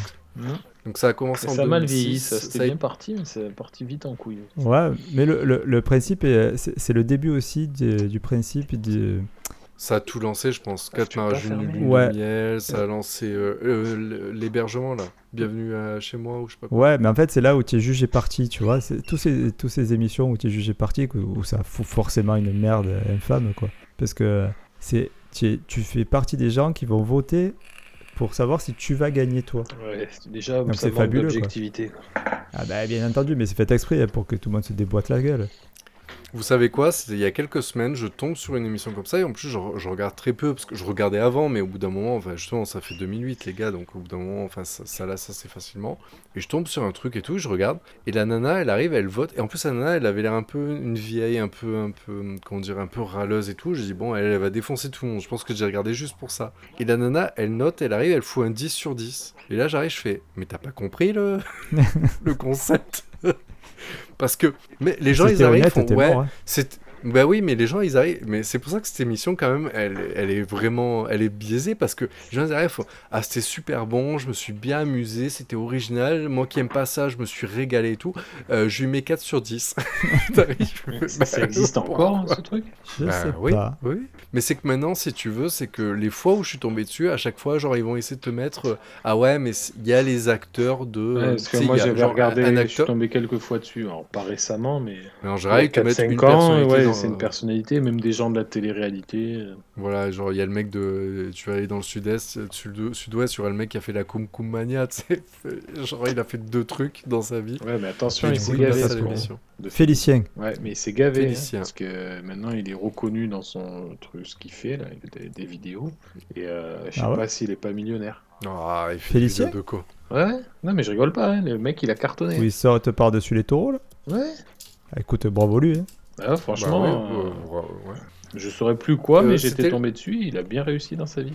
S2: Donc, ça a commencé en
S3: ça a mal
S2: 2006,
S3: vieilli, ça c'était
S2: a-
S3: bien parti, mais c'est parti vite en couille.
S4: Ouais, mais le, le, le principe, est- euh, c'est c'est le début aussi du, du principe du...
S2: Ça a tout lancé, je pense.
S3: tu
S2: Quatre
S3: Ah, peux
S2: mariages,
S3: pas
S2: une
S3: fermer.
S2: lune
S4: Ouais.
S2: de miel. Ça a lancé euh, euh, l'hébergement, là. Bienvenue à chez moi, ou je sais pas quoi.
S4: Ouais, mais en fait, c'est là où tu es jugé parti, tu vois. C'est tous ces, tous ces émissions où tu es jugé parti, que- où ça fout forcément une merde infâme, quoi. Parce que c'est tu, es- tu fais partie des gens qui vont voter pour savoir si tu vas gagner, toi.
S3: Ouais, c'est- déjà,
S4: Donc
S3: ça
S4: c'est
S3: manque
S4: fabuleux, quoi.
S3: d'objectivité. quoi.
S4: Ah bah, bien entendu, mais c'est fait exprès hein, pour que tout le monde se déboîte la gueule.
S2: Vous savez quoi C'était il y a quelques semaines, je tombe sur une émission comme ça et en plus je, re- je regarde très peu parce que je regardais avant, mais au bout d'un moment, enfin justement, ça fait 2008 les gars, donc au bout d'un moment, enfin ça, ça lasse assez facilement. Et je tombe sur un truc et tout, je regarde et la nana, elle arrive, elle vote et en plus la nana, elle avait l'air un peu une vieille, un peu, un peu, comment dire, un peu râleuse et tout. Je dis bon, elle, elle va défoncer tout le monde. Je pense que j'ai regardé juste pour ça. Et la nana, elle note, elle arrive, elle fout un 10 sur 10. Et là, j'arrive, je fais, mais t'as pas compris le, [laughs] le
S4: [laughs]
S2: concept Parce que mais les gens, ils
S4: C'était
S2: arrivent,
S4: honnête,
S2: font,
S4: t'es
S2: ouais,
S4: mort, hein.
S2: c'est bah oui, mais les gens ils arrivent. Mais c'est pour ça que cette émission quand même, elle, elle est vraiment, elle est biaisée parce que les gens ils arrivent. font, Ah c'était super bon, je me suis bien amusé, c'était original. Moi qui aime pas ça, je me suis régalé et tout. Euh, je lui mets 4 sur [laughs] 10. T'arrives, je fais,
S3: Ça, ça
S2: bah, [laughs]
S3: existe encore, hein, ce truc
S4: Je
S2: Bah,
S4: sais
S2: oui.
S4: pas.
S2: oui. Mais c'est que maintenant, si tu veux, c'est que les fois où je suis tombé dessus, à chaque fois, genre ils vont essayer de te mettre. euh, Ah ouais, mais c- il y a les acteurs de.
S3: Ouais, Parce
S2: tu
S3: que
S2: sais,
S3: moi
S2: il y a
S3: j'avais
S2: genre
S3: regardé,
S2: un
S3: je suis
S2: acteur.
S3: tombé quelques fois dessus, alors pas récemment, mais
S2: Mais en général, ils te mettent une
S3: 4-5 ans,
S2: personnalité
S3: ouais,
S2: dans-
S3: c'est une personnalité, même des gens de la télé-réalité. euh,
S2: Voilà, genre, il y a le mec de. Tu vas aller dans le sud-est, sud- sud-ouest, il y aura le mec qui a fait la Kum Kum Mania, [laughs] tu sais. Genre, il a fait deux trucs dans sa vie.
S3: Ouais, mais attention,
S2: Et
S3: il
S2: du
S3: s'est
S2: coup, il
S3: gavé.
S2: passe à
S3: ce con.
S2: l'émission.
S3: De fait.
S4: Félicien.
S3: Ouais, mais il s'est gavé. hein,
S2: Félicien.
S3: parce que maintenant, il est reconnu dans son truc, ce qu'il fait, là, il a des, des vidéos. Et euh, je sais
S4: Ah ouais
S3: pas s'il est pas millionnaire.
S2: Ah, il fait
S4: Félicien
S2: des de quoi
S3: Ouais, ouais. non, mais je rigole pas, hein, le mec, il a cartonné.
S4: Où il saute par-dessus les taureaux, là.
S3: Ouais,
S4: Ah, Écoute, bravo lui. hein.
S3: Ah, franchement,
S2: Bah ouais,
S3: euh,
S2: ouais, ouais.
S3: je saurais plus quoi,
S2: Euh,
S3: mais
S2: c'était-
S3: j'étais tombé dessus, il a bien réussi dans sa vie.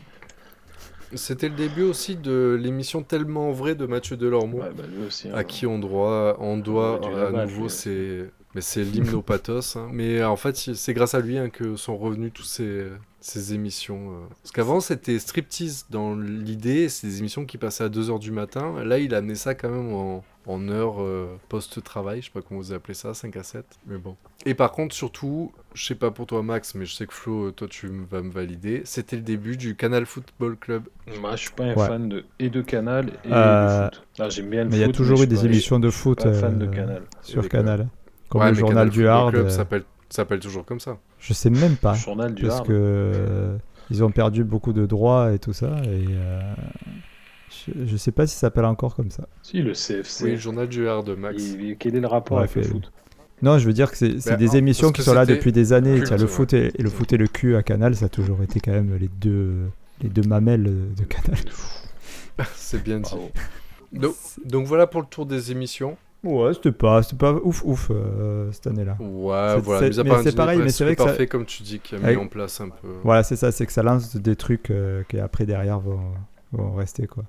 S2: C'était le début aussi de l'émission tellement vrai de Mathieu Delormeau,
S3: Ouais, bah lui aussi. hein.
S2: à qui on, droit, on doit
S3: Ouais, du
S2: à
S3: lavage,
S2: nouveau
S3: ouais.
S2: c'est Mais
S4: [laughs]
S2: c'est l'hymne au pathos. hein. Mais en fait, c'est grâce à lui hein, que sont revenus tous ces, ces émissions. euh. Parce qu'avant, c'était striptease dans l'idée, c'est des émissions qui passaient à 2h du matin. Là, il a amené ça quand même en, en heure euh, post-travail, je sais pas comment vous appelez ça, 5 à 7, mais bon. Et par contre, surtout, je sais pas pour toi Max, mais je sais que Flo, euh, toi tu m- vas me valider, c'était le début du Canal Football Club.
S3: Moi, je suis pas un
S4: Ouais.
S3: fan de, et de Canal et
S4: Euh,
S3: de foot. Là, j'aime bien le
S4: Mais il y a
S3: foot,
S4: toujours
S3: je
S4: eu
S3: suis
S4: des
S3: pas-
S4: émissions de
S3: Je
S4: foot
S3: suis pas fan de
S4: euh,
S3: Canal.
S4: sur
S2: Des
S4: Canal, comme
S2: Ouais,
S4: le
S2: mais
S4: journal
S2: Canal
S4: du
S2: Football
S4: Hard.
S2: Club
S4: euh,
S2: s'appelle s'appelle toujours comme ça.
S4: Je sais même pas.
S3: Le journal du
S4: parce
S3: Hard.
S4: que euh, ils ont perdu beaucoup de droits et tout ça et euh, je, je sais pas si ça s'appelle encore comme ça.
S3: Si, le CFC.
S2: Oui, le journal du Hard, Max.
S3: Il- il- Quel est le rapport
S4: Ouais,
S3: avec le
S4: fait-
S3: foot
S4: Non, je veux dire que c'est c'est
S2: Ben,
S4: des
S2: parce
S4: émissions
S2: que
S4: qui sont là
S2: c'était
S4: depuis des années.
S2: culte,
S4: Tiens, le
S2: ouais.
S4: foot et, et le foot et le cul à Canal, ça a toujours été quand même les deux les deux mamelles de Canal.
S2: C'est bien dit.
S3: Bravo.
S2: Donc, donc voilà pour le tour des émissions.
S4: Ouais, c'était pas c'était pas ouf ouf euh, cette année-là.
S2: Ouais,
S4: C'est-
S2: voilà.
S4: c'est-
S2: mis à
S4: mais
S2: part un
S4: c'est
S2: dîner
S4: pareil, mais
S2: presque
S4: c'est vrai que ça-
S2: parfait comme tu dis, qui a mis
S4: Avec-
S2: en place un peu.
S4: Voilà, c'est ça, c'est que ça lance des trucs euh, qui après derrière vont, vont rester quoi.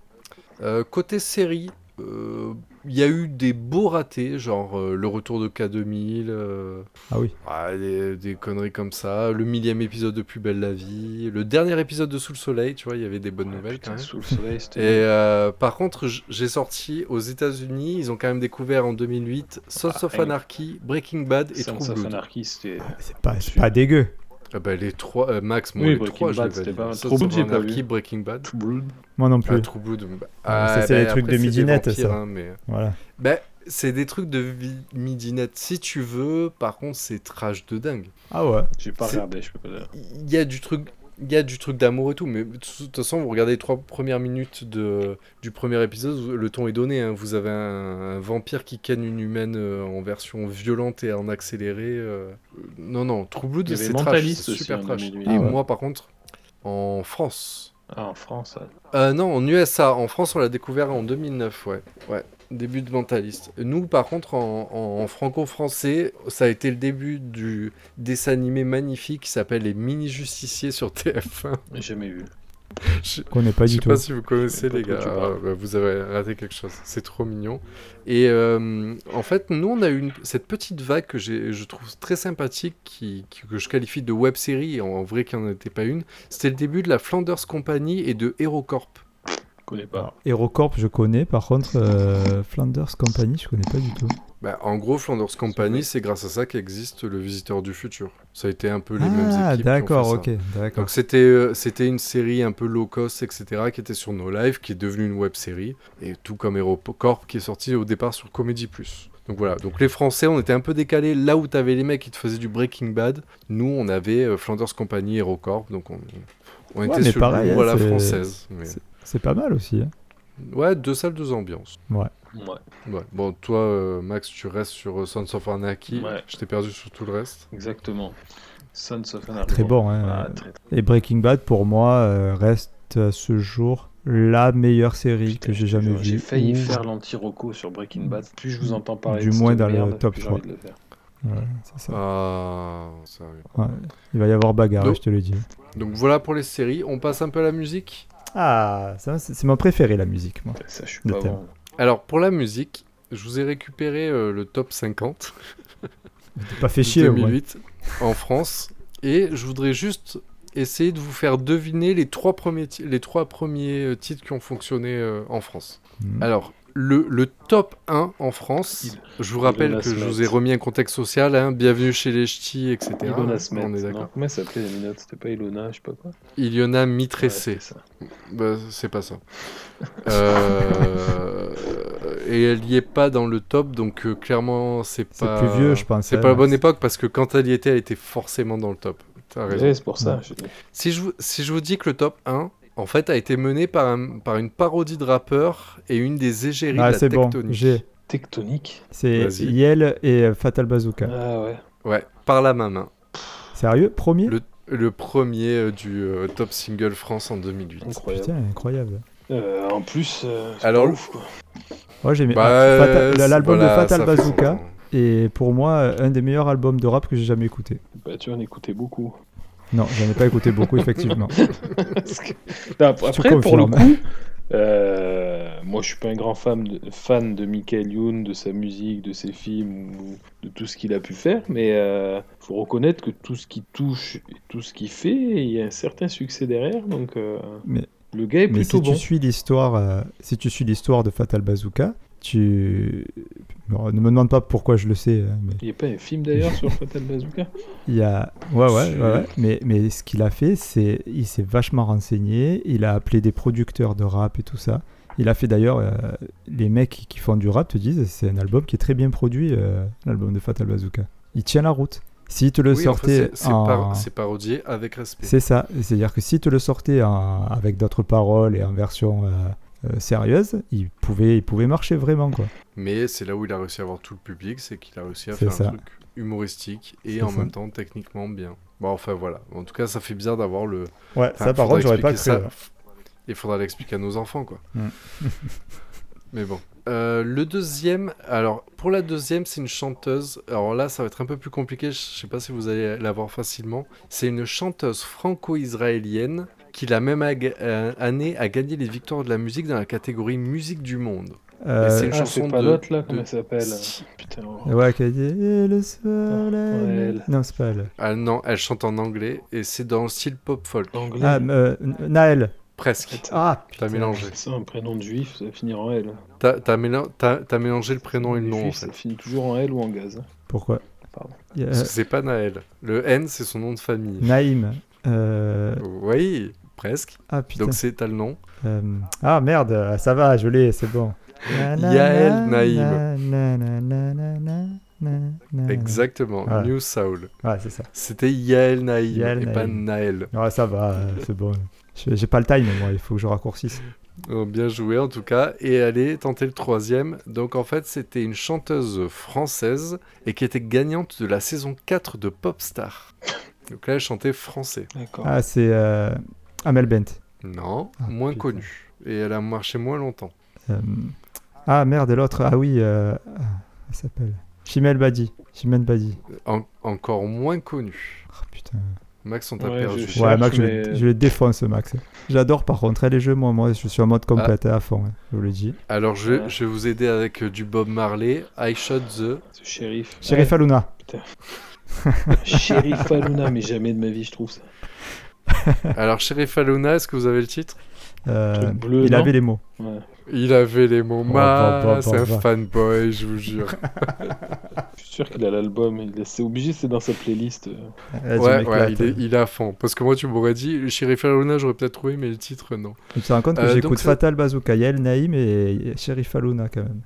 S2: Euh, côté série, euh, il y a eu des beaux ratés, genre euh, le retour de K2000, euh,
S4: Ah oui.
S2: ouais, des, des conneries comme ça, le millième épisode de Plus belle la vie, le dernier épisode de Sous le soleil, tu vois, il y avait des bonnes
S3: Ouais,
S2: nouvelles
S3: putain,
S2: quand même.
S3: sous le soleil,
S2: Et
S3: c'était.
S2: euh, par contre, j- j'ai sorti aux États-Unis, ils ont quand même découvert en 2008 Sons
S3: Ah,
S2: of
S3: et-
S2: Anarchy, Breaking Bad et
S3: Sons
S2: True
S3: of
S2: Blood.
S3: Anarchy, c'était.
S4: C'est pas c'est pas dégueu.
S2: Ah bah, les trois, euh, Max, moi
S3: Oui,
S2: les
S3: Breaking
S2: trois, je
S3: Bad,
S2: les
S3: c'était
S2: valide.
S3: pas mal.
S2: Sons
S3: True
S2: of
S3: Blood, j'ai pas
S2: Anarchy,
S3: vu.
S2: Breaking Bad.
S3: True Blood.
S4: Moi non
S2: Ah,
S4: plus.
S2: True Blood. bah,
S4: Ah, ça,
S2: ah,
S4: c'est
S2: bah,
S4: les trucs
S2: après,
S4: de
S2: c'est des
S4: midinette,
S2: vampires,
S4: ça.
S2: hein, mais...
S4: Voilà.
S2: Ben, c'est des trucs de vi- midinette si tu veux, par contre c'est trash de dingue.
S4: Ah ouais.
S3: J'ai pas
S2: C'est-
S3: regardé, je peux pas dire.
S2: Il y a du truc il y a du truc d'amour et tout, mais de toute façon, vous regardez les trois premières minutes de, du premier épisode, le ton est donné. hein. Vous avez un, un vampire qui canne une humaine euh, en version violente et en accéléré. euh. Euh, Non, non, True Blood,
S3: Il y avait
S2: c'est trash,
S3: Mentalist
S2: c'est
S3: aussi,
S2: super
S3: en
S2: trash. Et
S3: 2008.
S4: Ah ouais.
S2: moi, par contre, en France,
S3: Ah, en France, ouais.
S2: euh, non, en USA. En France, on l'a découvert en 2009, ouais. Ouais, début de mentaliste. Nous, par contre, en, en- en franco-français, ça a été le début du dessin animé magnifique qui s'appelle Les Mini-Justiciers sur TF1.
S3: j'ai jamais vu.
S2: Je-
S4: Je connais pas
S2: je
S4: du
S2: sais
S4: tout.
S2: pas si vous connaissez
S3: Je sais
S2: les
S3: pas de
S2: gars,
S3: quoi tu parles.
S2: Ah, bah, vous avez raté quelque chose, c'est trop mignon. Et euh, en fait, nous on a eu une- cette petite vague que j'ai- je trouve très sympathique, qui, qui- que je qualifie de web série, en, en vrai qu'il n'y en était pas une, c'était le début de la Flanders Company et de HeroCorp.
S3: Je connais pas.
S4: HeroCorp, je connais. Par contre, euh, Flanders Company, je connais pas du tout.
S2: Bah, en gros, Flanders Company, c'est grâce à ça qu'existe le Visiteur du Futur. Ça a été un peu les mêmes équipes.
S4: ah,
S2: qui ont
S4: d'accord,
S2: fait ça.
S4: ok, d'accord.
S2: Donc c'était euh, c'était une série un peu low cost, etc., qui était sur No Life, qui est devenue une web série, et tout comme HeroCorp, qui est sorti au départ sur Comedy Plus. Donc voilà, donc les Français, on était un peu décalés. Là où t'avais les mecs qui te faisaient du Breaking Bad, nous, on avait euh, Flanders Company, HeroCorp, donc on, on
S4: Ouais,
S2: était
S4: mais
S2: sur
S4: pareil,
S2: le
S4: hein,
S2: à la
S4: c'est-
S2: française. mais-
S4: C'est pas mal aussi. hein.
S2: Ouais, deux salles, deux ambiances.
S4: Ah.
S3: Ouais,
S2: Ouais. Bon, toi, euh, Max, tu restes sur euh, Sons of Anarchy.
S3: Ouais.
S2: Je t'ai perdu sur tout le reste.
S3: exactement. Sons of Anarchy.
S4: Très bon. hein.
S2: Bah,
S3: Ah, très,
S4: Et Breaking Bad, pour moi, euh, reste à ce jour la meilleure série
S3: Putain,
S4: que j'ai jamais vue.
S3: J'ai failli
S4: ou-
S3: faire l'anti-roco sur Breaking Bad. Plus je vous entends parler
S4: Du
S3: de
S4: moins
S3: cette
S4: dans le
S3: merde,
S4: top
S3: plus j'ai
S4: 3.
S3: envie de le faire.
S4: Ouais, c'est ça.
S2: Ah, sérieux.
S4: Ouais. Il va y avoir bagarre,
S2: Donc-
S4: je te le dis.
S2: Donc voilà pour les séries. On passe un peu à la musique.
S4: Ah, ça, c'est c'est mon préféré, la musique, moi.
S3: Bah, Ça, je suis
S4: Le
S3: pas
S4: thème.
S3: bon.
S2: Alors, pour la musique, je vous ai récupéré euh, le top 50
S4: T'es pas fait
S2: de
S4: chier, au moins.
S2: 2008 en France. Et je voudrais juste essayer de vous faire deviner les trois premiers, ti- les trois premiers euh, titres qui ont fonctionné euh, en France.
S4: Mm.
S2: Alors, le, le top 1 en France, je vous rappelle
S3: Jonas
S2: que je
S3: Matt.
S2: vous ai remis un contexte social, hein, bienvenue chez les ch'tis, etc.
S3: Ah, Ilona Smet.
S2: On est
S3: non,
S2: d'accord.
S3: Comment elle s'appelait la minote C'était pas Ilona, je sais pas quoi.
S2: Il y en a
S3: Ouais,
S2: Mitressé.
S3: c'est ça.
S2: Bah, c'est pas ça. Euh, Et elle y est pas dans le top, donc euh, clairement, c'est
S4: C'est
S2: pas.
S4: plus vieux, je pense,
S2: C'est
S4: hein,
S2: pas la bonne
S4: Max.
S2: époque parce que quand elle y était, elle était forcément dans le top. T'as raison.
S3: Ouais, c'est pour ça.
S4: Ouais.
S3: je-
S2: Si, je vous, si je vous dis que le top 1, en fait, a été mené par, un- par une parodie de rappeur et une des égéries
S4: Ah,
S2: de la
S4: c'est bon,
S2: tectonique.
S4: j'ai.
S3: Tectonique.
S4: C'est
S2: Vas-y.
S4: Yel et euh, Fatal Bazooka.
S3: Ah ouais.
S2: Ouais, par la main main.
S4: Sérieux Premier
S2: Le, le premier euh, du euh, top single France en 2008.
S3: Incroyable.
S4: Putain, incroyable.
S3: Euh, en plus, euh, c'est
S2: Alors-
S3: pas ouf quoi.
S4: Moi, j'aimais
S2: Bah,
S4: ah, Fatal- l'album
S2: voilà,
S4: de Fatal
S2: ça fait
S4: Bazooka.
S2: longtemps.
S4: Et pour moi, euh, un des meilleurs albums de rap que j'ai jamais écouté.
S3: Bah, tu en écoutais beaucoup. [laughs]
S4: Non, j'en ai pas écouté beaucoup, effectivement.
S3: Parce que- Non, après,
S4: confirmes.
S3: pour le coup, euh, moi je suis pas un grand fan de, fan de Michael Youn, de sa musique, de ses films, ou de tout ce qu'il a pu faire, mais euh, faut reconnaître que tout ce qu'il touche et tout ce qu'il fait, il y a un certain succès derrière, donc euh,
S4: Mais-
S3: le gars est
S4: Mais
S3: plutôt
S4: si
S3: bon.
S4: tu suis l'histoire, euh, si tu suis l'histoire de Fatal Bazooka, tu... Bon, ne me demande pas pourquoi je le sais, hein, mais
S3: Il n'y a pas un film d'ailleurs sur Fatal Bazooka
S4: il y a... Ouais, ouais, ouais,
S3: C'est-
S4: ouais. Mais, mais ce qu'il a fait, c'est il s'est vachement renseigné, il a appelé des producteurs de rap et tout ça. Il a fait d'ailleurs, euh, les mecs qui- qui font du rap te disent, c'est un album qui est très bien produit, euh, l'album de Fatal Bazooka. Il tient la route. S'il te le
S2: Oui, enfin,
S4: sortait
S2: c'est- c'est
S4: en-
S2: par- c'est parodié avec respect.
S4: C'est ça, c'est-à-dire que si te le sortais en- avec d'autres paroles et en version euh, euh, sérieuse, il pouvait, il pouvait marcher vraiment quoi.
S2: Mais c'est là où il a réussi à avoir tout le public, c'est qu'il a réussi à
S4: C'est
S2: faire
S4: ça.
S2: un truc humoristique et
S4: C'est
S2: en
S4: ça.
S2: même temps techniquement bien. Bon, enfin voilà. En tout cas, ça fait bizarre d'avoir le.
S4: Ouais,
S2: enfin, faudra expliquer ça. Il faudra l'expliquer à nos enfants, quoi.
S4: Mm.
S2: [laughs] Mais bon. Euh, le deuxième, alors pour la deuxième, c'est une chanteuse. Alors là, ça va être un peu plus compliqué. Je sais pas si vous allez l'avoir facilement. C'est une chanteuse franco-israélienne qui la même ag- euh, année a gagné les victoires de la musique dans la catégorie musique du monde. c'est
S3: Ah,
S2: chanson
S3: c'est pas
S2: de-
S3: l'autre là, comment
S2: de-
S3: elle s'appelle euh,
S2: Si-
S3: Putain.
S4: Ouais, qui a dit Et le soleil.
S3: elle.
S4: Non, c'est pas elle.
S2: Ah non, elle chante en anglais et c'est dans le style pop folk.
S3: Anglais.
S4: Ah, euh, N- Naël.
S2: Presque.
S4: Ah,
S2: T'as mélangé.
S3: C'est un prénom de juif, ça finit en L.
S2: T'as t'as mélan- t'as- t'as mélangé le prénom et le
S3: Les
S2: nom en
S3: juifs,
S2: fait.
S3: Ça finit toujours en L ou en gaz. hein.
S4: Pourquoi
S3: Pardon.
S4: Il y a,
S2: Parce que c'est pas Naël. Le N, c'est son nom de famille.
S4: Naïm. Euh,
S2: Oui, presque.
S4: Ah putain.
S2: Donc c'est t'as le nom.
S4: Euh, Ah merde, euh, ça va, je l'ai, c'est bon.
S2: Yael Naïm.
S4: Na, na, na, na, na, na, na.
S2: Exactement.
S4: Voilà.
S2: New Saul.
S4: Ouais, c'est ça.
S2: C'était Yael Naïm
S4: Ah. Yael
S2: et pas
S4: Naïm.
S2: Naël.
S4: Ouais, ça va, euh, c'est bon. Je- J'ai pas le time, moi, il faut que je raccourcisse.
S2: Oh, bien joué en tout cas. Et allez tenter le troisième. Donc en fait, c'était une chanteuse française et qui était gagnante de la saison 4 de Popstar. Donc là, elle chantait français.
S3: D'accord.
S4: Ah, c'est euh, Amel Bent.
S2: Non,
S4: Ah,
S2: moins
S4: putain.
S2: connue. Et elle a marché moins longtemps.
S4: Euh, Ah merde, et l'autre, ah oui, euh, ah, elle s'appelle Chimel Badi. Chimel Badi.
S2: En- encore moins connue.
S4: Oh, putain.
S2: Max, on t'a
S3: Ouais,
S2: perdu.
S3: je-
S4: Ouais,
S3: Cherche,
S4: Max, je,
S3: mais-
S4: le- je le défonce, Max. J'adore par contre hein, les jeux, moi, moi, je suis en mode complète
S2: Ah.
S4: hein, à fond, hein, je vous le dis.
S2: Alors, je,
S3: Ouais.
S2: je vais vous aider avec euh, du Bob Marley, I Shot the.
S3: Ce shérif.
S4: Sheriff Aluna.
S3: Ah, shérif Aluna, mais jamais de ma vie je trouve ça.
S2: Alors, [laughs] Sheriff Aluna, est-ce que vous avez le titre
S4: Euh,
S3: Truc bleu,
S4: il
S3: non
S4: avait les mots.
S3: Ouais.
S2: Il avait les mots.
S4: bah,
S2: Ma,
S4: bah, bah,
S2: c'est un
S4: bah.
S2: fanboy, je vous
S3: [laughs]
S2: jure.
S3: Je suis sûr qu'il a l'album. il a- C'est obligé, c'est dans sa playlist. euh.
S4: Eh, tu
S2: ouais,
S4: m'éclates.
S2: ouais, il est, il est à fond. Parce que moi, tu m'aurais dit Sheriff Aluna, j'aurais peut-être trouvé, mais le titre, non.
S4: Tu te rends compte que
S2: Euh,
S4: j'écoute
S2: donc, ça-
S4: Fatal Bazooka, Yael Naïm et Sheriff Aluna quand même.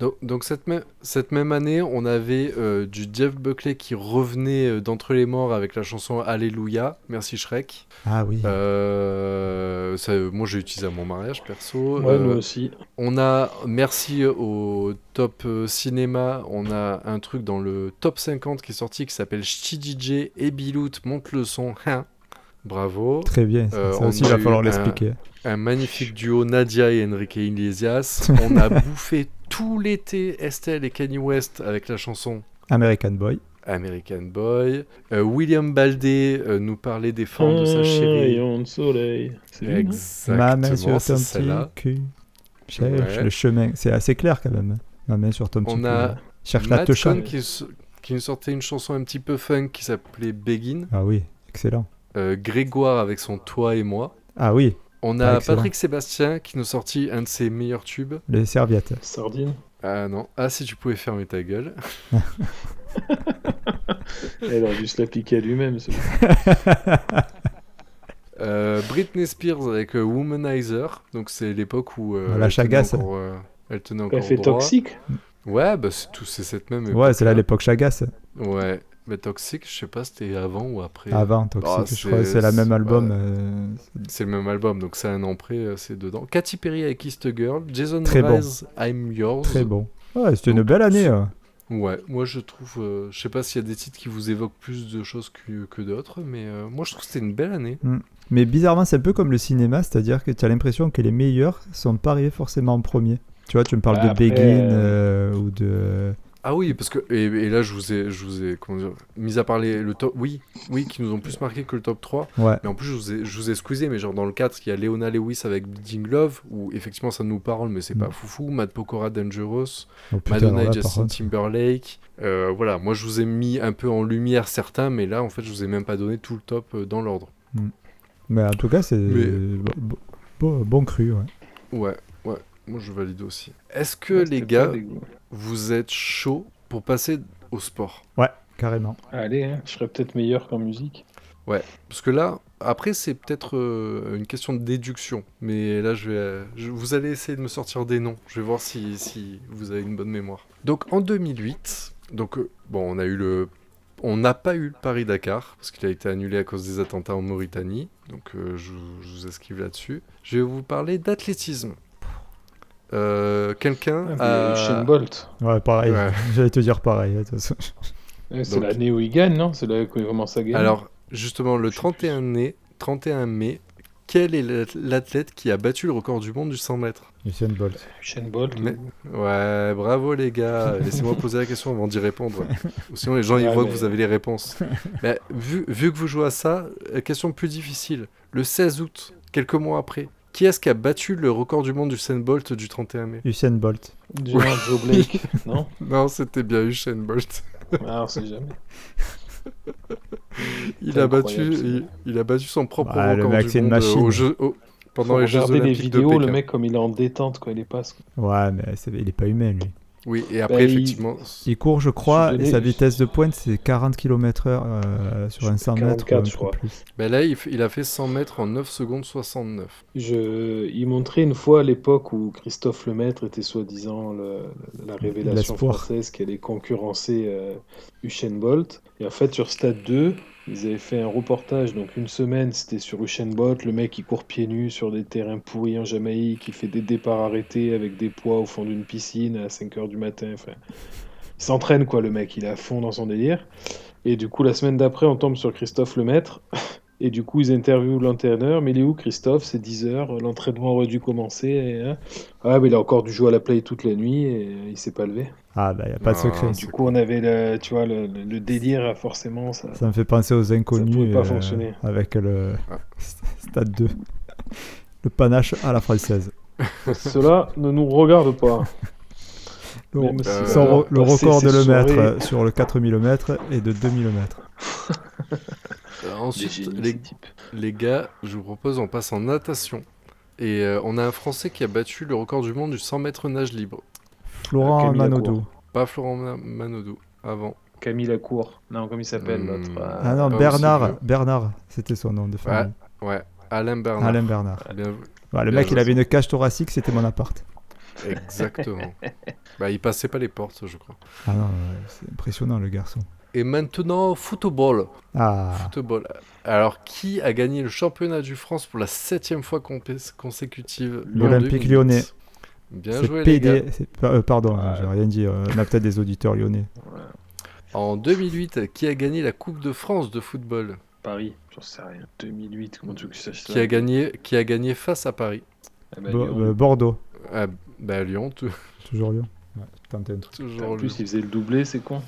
S2: Donc, donc cette, même, cette même année, on avait euh, du Jeff Buckley qui revenait euh, d'entre les morts avec la chanson Alléluia, merci Shrek.
S4: Ah oui.
S2: Euh, ça, euh, moi, j'ai utilisé à mon mariage perso.
S3: Ouais,
S2: Euh,
S3: nous aussi.
S2: on a, merci euh, au top euh, cinéma, on a un truc dans le top 50 qui est sorti qui s'appelle Ch'ti DJ et Bilout monte le son. Hein. Bravo.
S4: Très bien. ça-
S2: euh,
S4: ça
S2: on
S4: aussi, il
S2: a
S4: va
S2: eu
S4: falloir
S2: un-
S4: l'expliquer.
S2: Un magnifique duo Nadia et Enrique Iglesias. On a bouffé tout l'été Estelle et Kanye West avec la chanson
S4: American Boy.
S2: American Boy. Euh, William Baldé euh, nous parlait des formes de sa
S3: Oh,
S2: chérie.
S3: Rayon de soleil. C'est lui, non
S4: Ma main
S2: Exactement,
S4: sur
S2: c'est
S4: ton
S2: celle-là.
S4: petit cul. Cherche
S2: Ouais.
S4: le chemin. C'est assez clair quand même. hein. Ma main sur ton petit
S2: On
S4: cul.
S2: a
S4: Cherche la
S2: Matt
S4: touche.
S2: Cohn qui, s- qui nous sortait une chanson un petit peu funk qui s'appelait Begin.
S4: Ah oui, excellent.
S2: Euh, Grégoire avec son Toi et moi.
S4: Ah oui,
S2: On a
S4: Ah, excellent.
S2: Patrick Sébastien qui nous sortit un de ses meilleurs tubes.
S4: les serviettes.
S3: Sardine.
S2: Ah non, ah si tu pouvais fermer ta gueule. [laughs]
S3: Eh, Elle aurait dû se l'appliquer à lui-même. ce-
S2: Euh, Britney Spears avec euh, Womanizer. Donc c'est l'époque où. euh,
S4: Ah, La
S2: elle tenait
S4: chagasse.
S2: encore, euh, elle tenait encore
S3: Elle fait
S2: droit.
S3: toxique.
S2: Ouais, bah c'est tout, c'est cette même.
S4: Ouais, c'est là
S2: époque-là.
S4: l'époque Chagas.
S2: Ouais, mais Toxic, je sais pas c'était avant ou après.
S4: Avant Toxic,
S2: Ah,
S4: je crois que c'est la
S2: c'est-
S4: même album.
S2: ouais.
S4: euh,
S2: C'est le même album, donc c'est un an près, euh, c'est dedans. Katy Perry avec Kissed Girl, Jason
S4: Très bon.
S2: Mraz, I'm Yours.
S4: Très bon. Ouais, c'était
S2: Donc,
S4: une belle année.
S2: c'est-
S4: hein.
S2: Ouais, moi je trouve, euh, je sais pas s'il y a des titres qui vous évoquent plus de choses que, que d'autres, mais euh, moi je trouve que c'était une belle année.
S4: Mais bizarrement, c'est un peu comme le cinéma, c'est-à-dire que tu as l'impression que les meilleurs sont pas arrivés forcément en premier. Tu vois, tu me parles
S3: Bah,
S4: de
S3: après,
S4: Begin
S3: euh,
S4: euh, ou de.
S2: Ah oui, parce que, et, et là je vous ai, je vous ai, comment dire, mis à part les- le top, oui, oui, qui nous ont plus marqué que le top 3,
S4: Ouais,
S2: mais en plus je vous ai, je vous ai squeezé, mais genre dans le 4, il y a Leona Lewis avec Bleeding Love, où effectivement ça nous parle, mais c'est
S4: Mm.
S2: pas foufou, Matt Pokora Dangerous,
S4: Oh, putain,
S2: Madonna
S4: alors
S2: et
S4: là, par
S2: Justin
S4: contre.
S2: Timberlake, Euh, voilà, moi je vous ai mis un peu en lumière certains, mais là en fait je vous ai même pas donné tout le top euh, dans l'ordre.
S4: Mais en tout cas, c'est.
S2: Mais-
S4: Bon, bon- bon cru, ouais.
S2: Ouais, ouais. Moi, je valide aussi. Est-ce que
S3: Ouais,
S2: les
S3: c'était
S2: gars,
S3: Ah, pas dégueu.
S2: vous êtes chaud pour passer au sport
S4: Carrément.
S3: Allez, hein, je serais peut-être meilleur qu'en musique.
S2: Parce que là, après, c'est peut-être euh, une question de déduction. Mais là, je vais, euh, je- vous allez essayer de me sortir des noms. Je vais voir si, si vous avez une bonne mémoire. Donc, en 2008, donc, euh, bon, on a eu le. On n'a pas eu le Paris-Dakar, parce qu'il a été annulé à cause des attentats en Mauritanie. Donc, euh, je, vous- je vous esquive là-dessus. Je vais vous parler d'athlétisme. Euh, Quelqu'un
S3: Ah,
S2: a-
S3: mais Usain Bolt.
S4: Ouais, pareil.
S2: Ouais.
S4: [laughs] J'allais te dire pareil. de toute façon.
S3: Ouais, Eh, C'est
S2: Donc-
S3: l'année où il gagne, non C'est là qu'il commence à gagner.
S2: Alors, justement, le
S3: Je sais
S2: 31 mai, 31 mai, quel est l'ath- l'athlète qui a battu le record du monde du 100 mètres
S4: Usain Bolt.
S3: Usain Bolt.
S2: Mais- Ouais, bravo les
S3: [laughs]
S2: gars. Laissez-moi poser la question avant d'y répondre. Ou sinon, les gens ils
S3: Ouais,
S2: voient
S3: mais-
S2: que vous avez les
S3: [laughs]
S2: réponses. Mais vu, vu que vous jouez à ça, euh, question plus difficile. Le 16 août, quelques mois après, qui est-ce qui a battu le record du monde du Usain Bolt du 31 mai
S4: Usain Bolt.
S3: Joe Joe Blake,
S2: [laughs]
S3: non
S2: Non, c'était bien Usain Bolt.
S3: Ah, on sait jamais.
S2: Il
S3: C'est
S2: a battu,
S3: incroyable, ça.
S2: il, il a battu son propre
S4: Bah, le
S2: record
S4: mec,
S2: du
S4: c'est une
S2: monde euh, aux
S4: machine.
S2: Jeux- au- pendant
S3: Faut
S2: les Jeux
S3: regarder
S2: Olympiques
S3: les vidéos,
S2: de
S3: le
S2: Pékin.
S3: mec, comme il est en détente quand il passe.
S4: Ouais, mais c'est- il est pas humain, lui.
S2: Oui, et après
S3: il-
S2: effectivement,
S4: Bah, Il court, je crois,
S3: Je suis
S4: et sa
S3: donné-
S4: vitesse de pointe, c'est 40 km/h euh, sur un 100 mètres.
S3: 44,
S4: ou un
S3: je
S4: peu
S3: crois.
S4: plus.
S2: ben là il, f- il a fait 100 mètres en 9 secondes 69.
S3: Je... Il montrait une fois à l'époque où Christophe Lemaître était soi-disant le- la révélation
S4: L'espoir.
S3: française qui allait concurrencer euh, Usain Bolt. Et en fait, sur Stade 2, ils avaient fait un reportage. Donc, une semaine, c'était sur Usain Bolt. Le mec, qui court pieds nus sur des terrains pourris en Jamaïque. Il fait des départs arrêtés avec des poids au fond d'une piscine à 5 h du matin. Enfin, il s'entraîne, quoi, le mec. Il est à fond dans son délire. Et du coup, la semaine d'après, on tombe sur Christophe Lemaître. Et du coup, ils interviewent l'entraîneur. Mais il est où, Christophe C'est 10 heures. euh, L'entraînement aurait dû commencer. et, hein. Ah, mais il a encore dû jouer à la play toute la nuit et euh, il s'est pas levé.
S4: Ah, bah, il a pas de
S2: Ah,
S4: secret.
S2: c'est
S3: Du coup, on avait le, tu vois, le, le- le délire, euh, forcément. [laughs] Ça...
S4: Ça me fait penser aux inconnus euh,
S3: pouvait pas fonctionner.
S4: avec le
S2: Ah.
S4: [laughs] Stade 2. Le panache à la française.
S3: Cela ne nous regarde [laughs] pas.
S4: Le,
S3: Même si
S2: euh,
S4: son
S3: on a
S4: re- le
S3: passé
S4: record de
S3: ces
S4: le mettre
S3: soirées-
S4: euh, sur le 4000 mètres et de 2000 mètres.
S3: Ah,
S2: Euh,
S3: Des
S2: ensuite,
S3: génies,
S2: les,
S3: ces types.
S2: les gars, je vous propose, on passe en natation. Et euh, on a un Français qui a battu le record du monde du 100 mètres nage libre.
S4: Florent
S3: Camille Lacour.
S4: Manodou.
S2: Pas Florent Ma- Manodou, avant.
S3: Camille Lacour. Non, comme il s'appelle
S2: Hmm.
S3: l'autre euh,
S4: Ah non,
S2: pas aussi
S4: Bernard.
S2: vieux.
S4: Bernard, c'était son nom de famille.
S2: Ouais, Alain Bernard.
S4: Alain Bernard.
S2: Bien vu.
S4: Ouais, Ah, le
S2: Bien
S4: mec, il
S2: joué,
S4: avait une cage thoracique, c'était mon appart.
S2: Exactement. [laughs] bah, il passait pas les portes, je crois.
S4: Ah non, ouais, c'est impressionnant le garçon.
S2: Et maintenant, football.
S4: Ah,
S2: Football. Alors, qui a gagné le championnat du France pour la septième fois compé- consécutive en
S4: L'Olympique
S2: 2008?
S4: Lyonnais.
S2: Bien
S4: c'est
S2: joué, les gars.
S4: PD. c'est pas- euh, pardon,
S3: Ouais.
S4: j'ai rien dit. euh, on a peut-être des auditeurs lyonnais.
S2: En 2008, qui a gagné la Coupe de France de football
S3: Paris. J'en sais rien. 2008, comment tu veux que je sache ça
S2: qui a, gagné, qui a gagné face à Paris
S3: Ah bah,
S4: Bo-
S3: Lyon.
S4: euh, Bordeaux,
S2: Ah, bah, Lyon, tou-
S4: toujours Lyon. Ouais, je tentais un truc.
S2: toujours
S3: En
S2: Lyon.
S3: plus, il faisait le doublé, c'est con.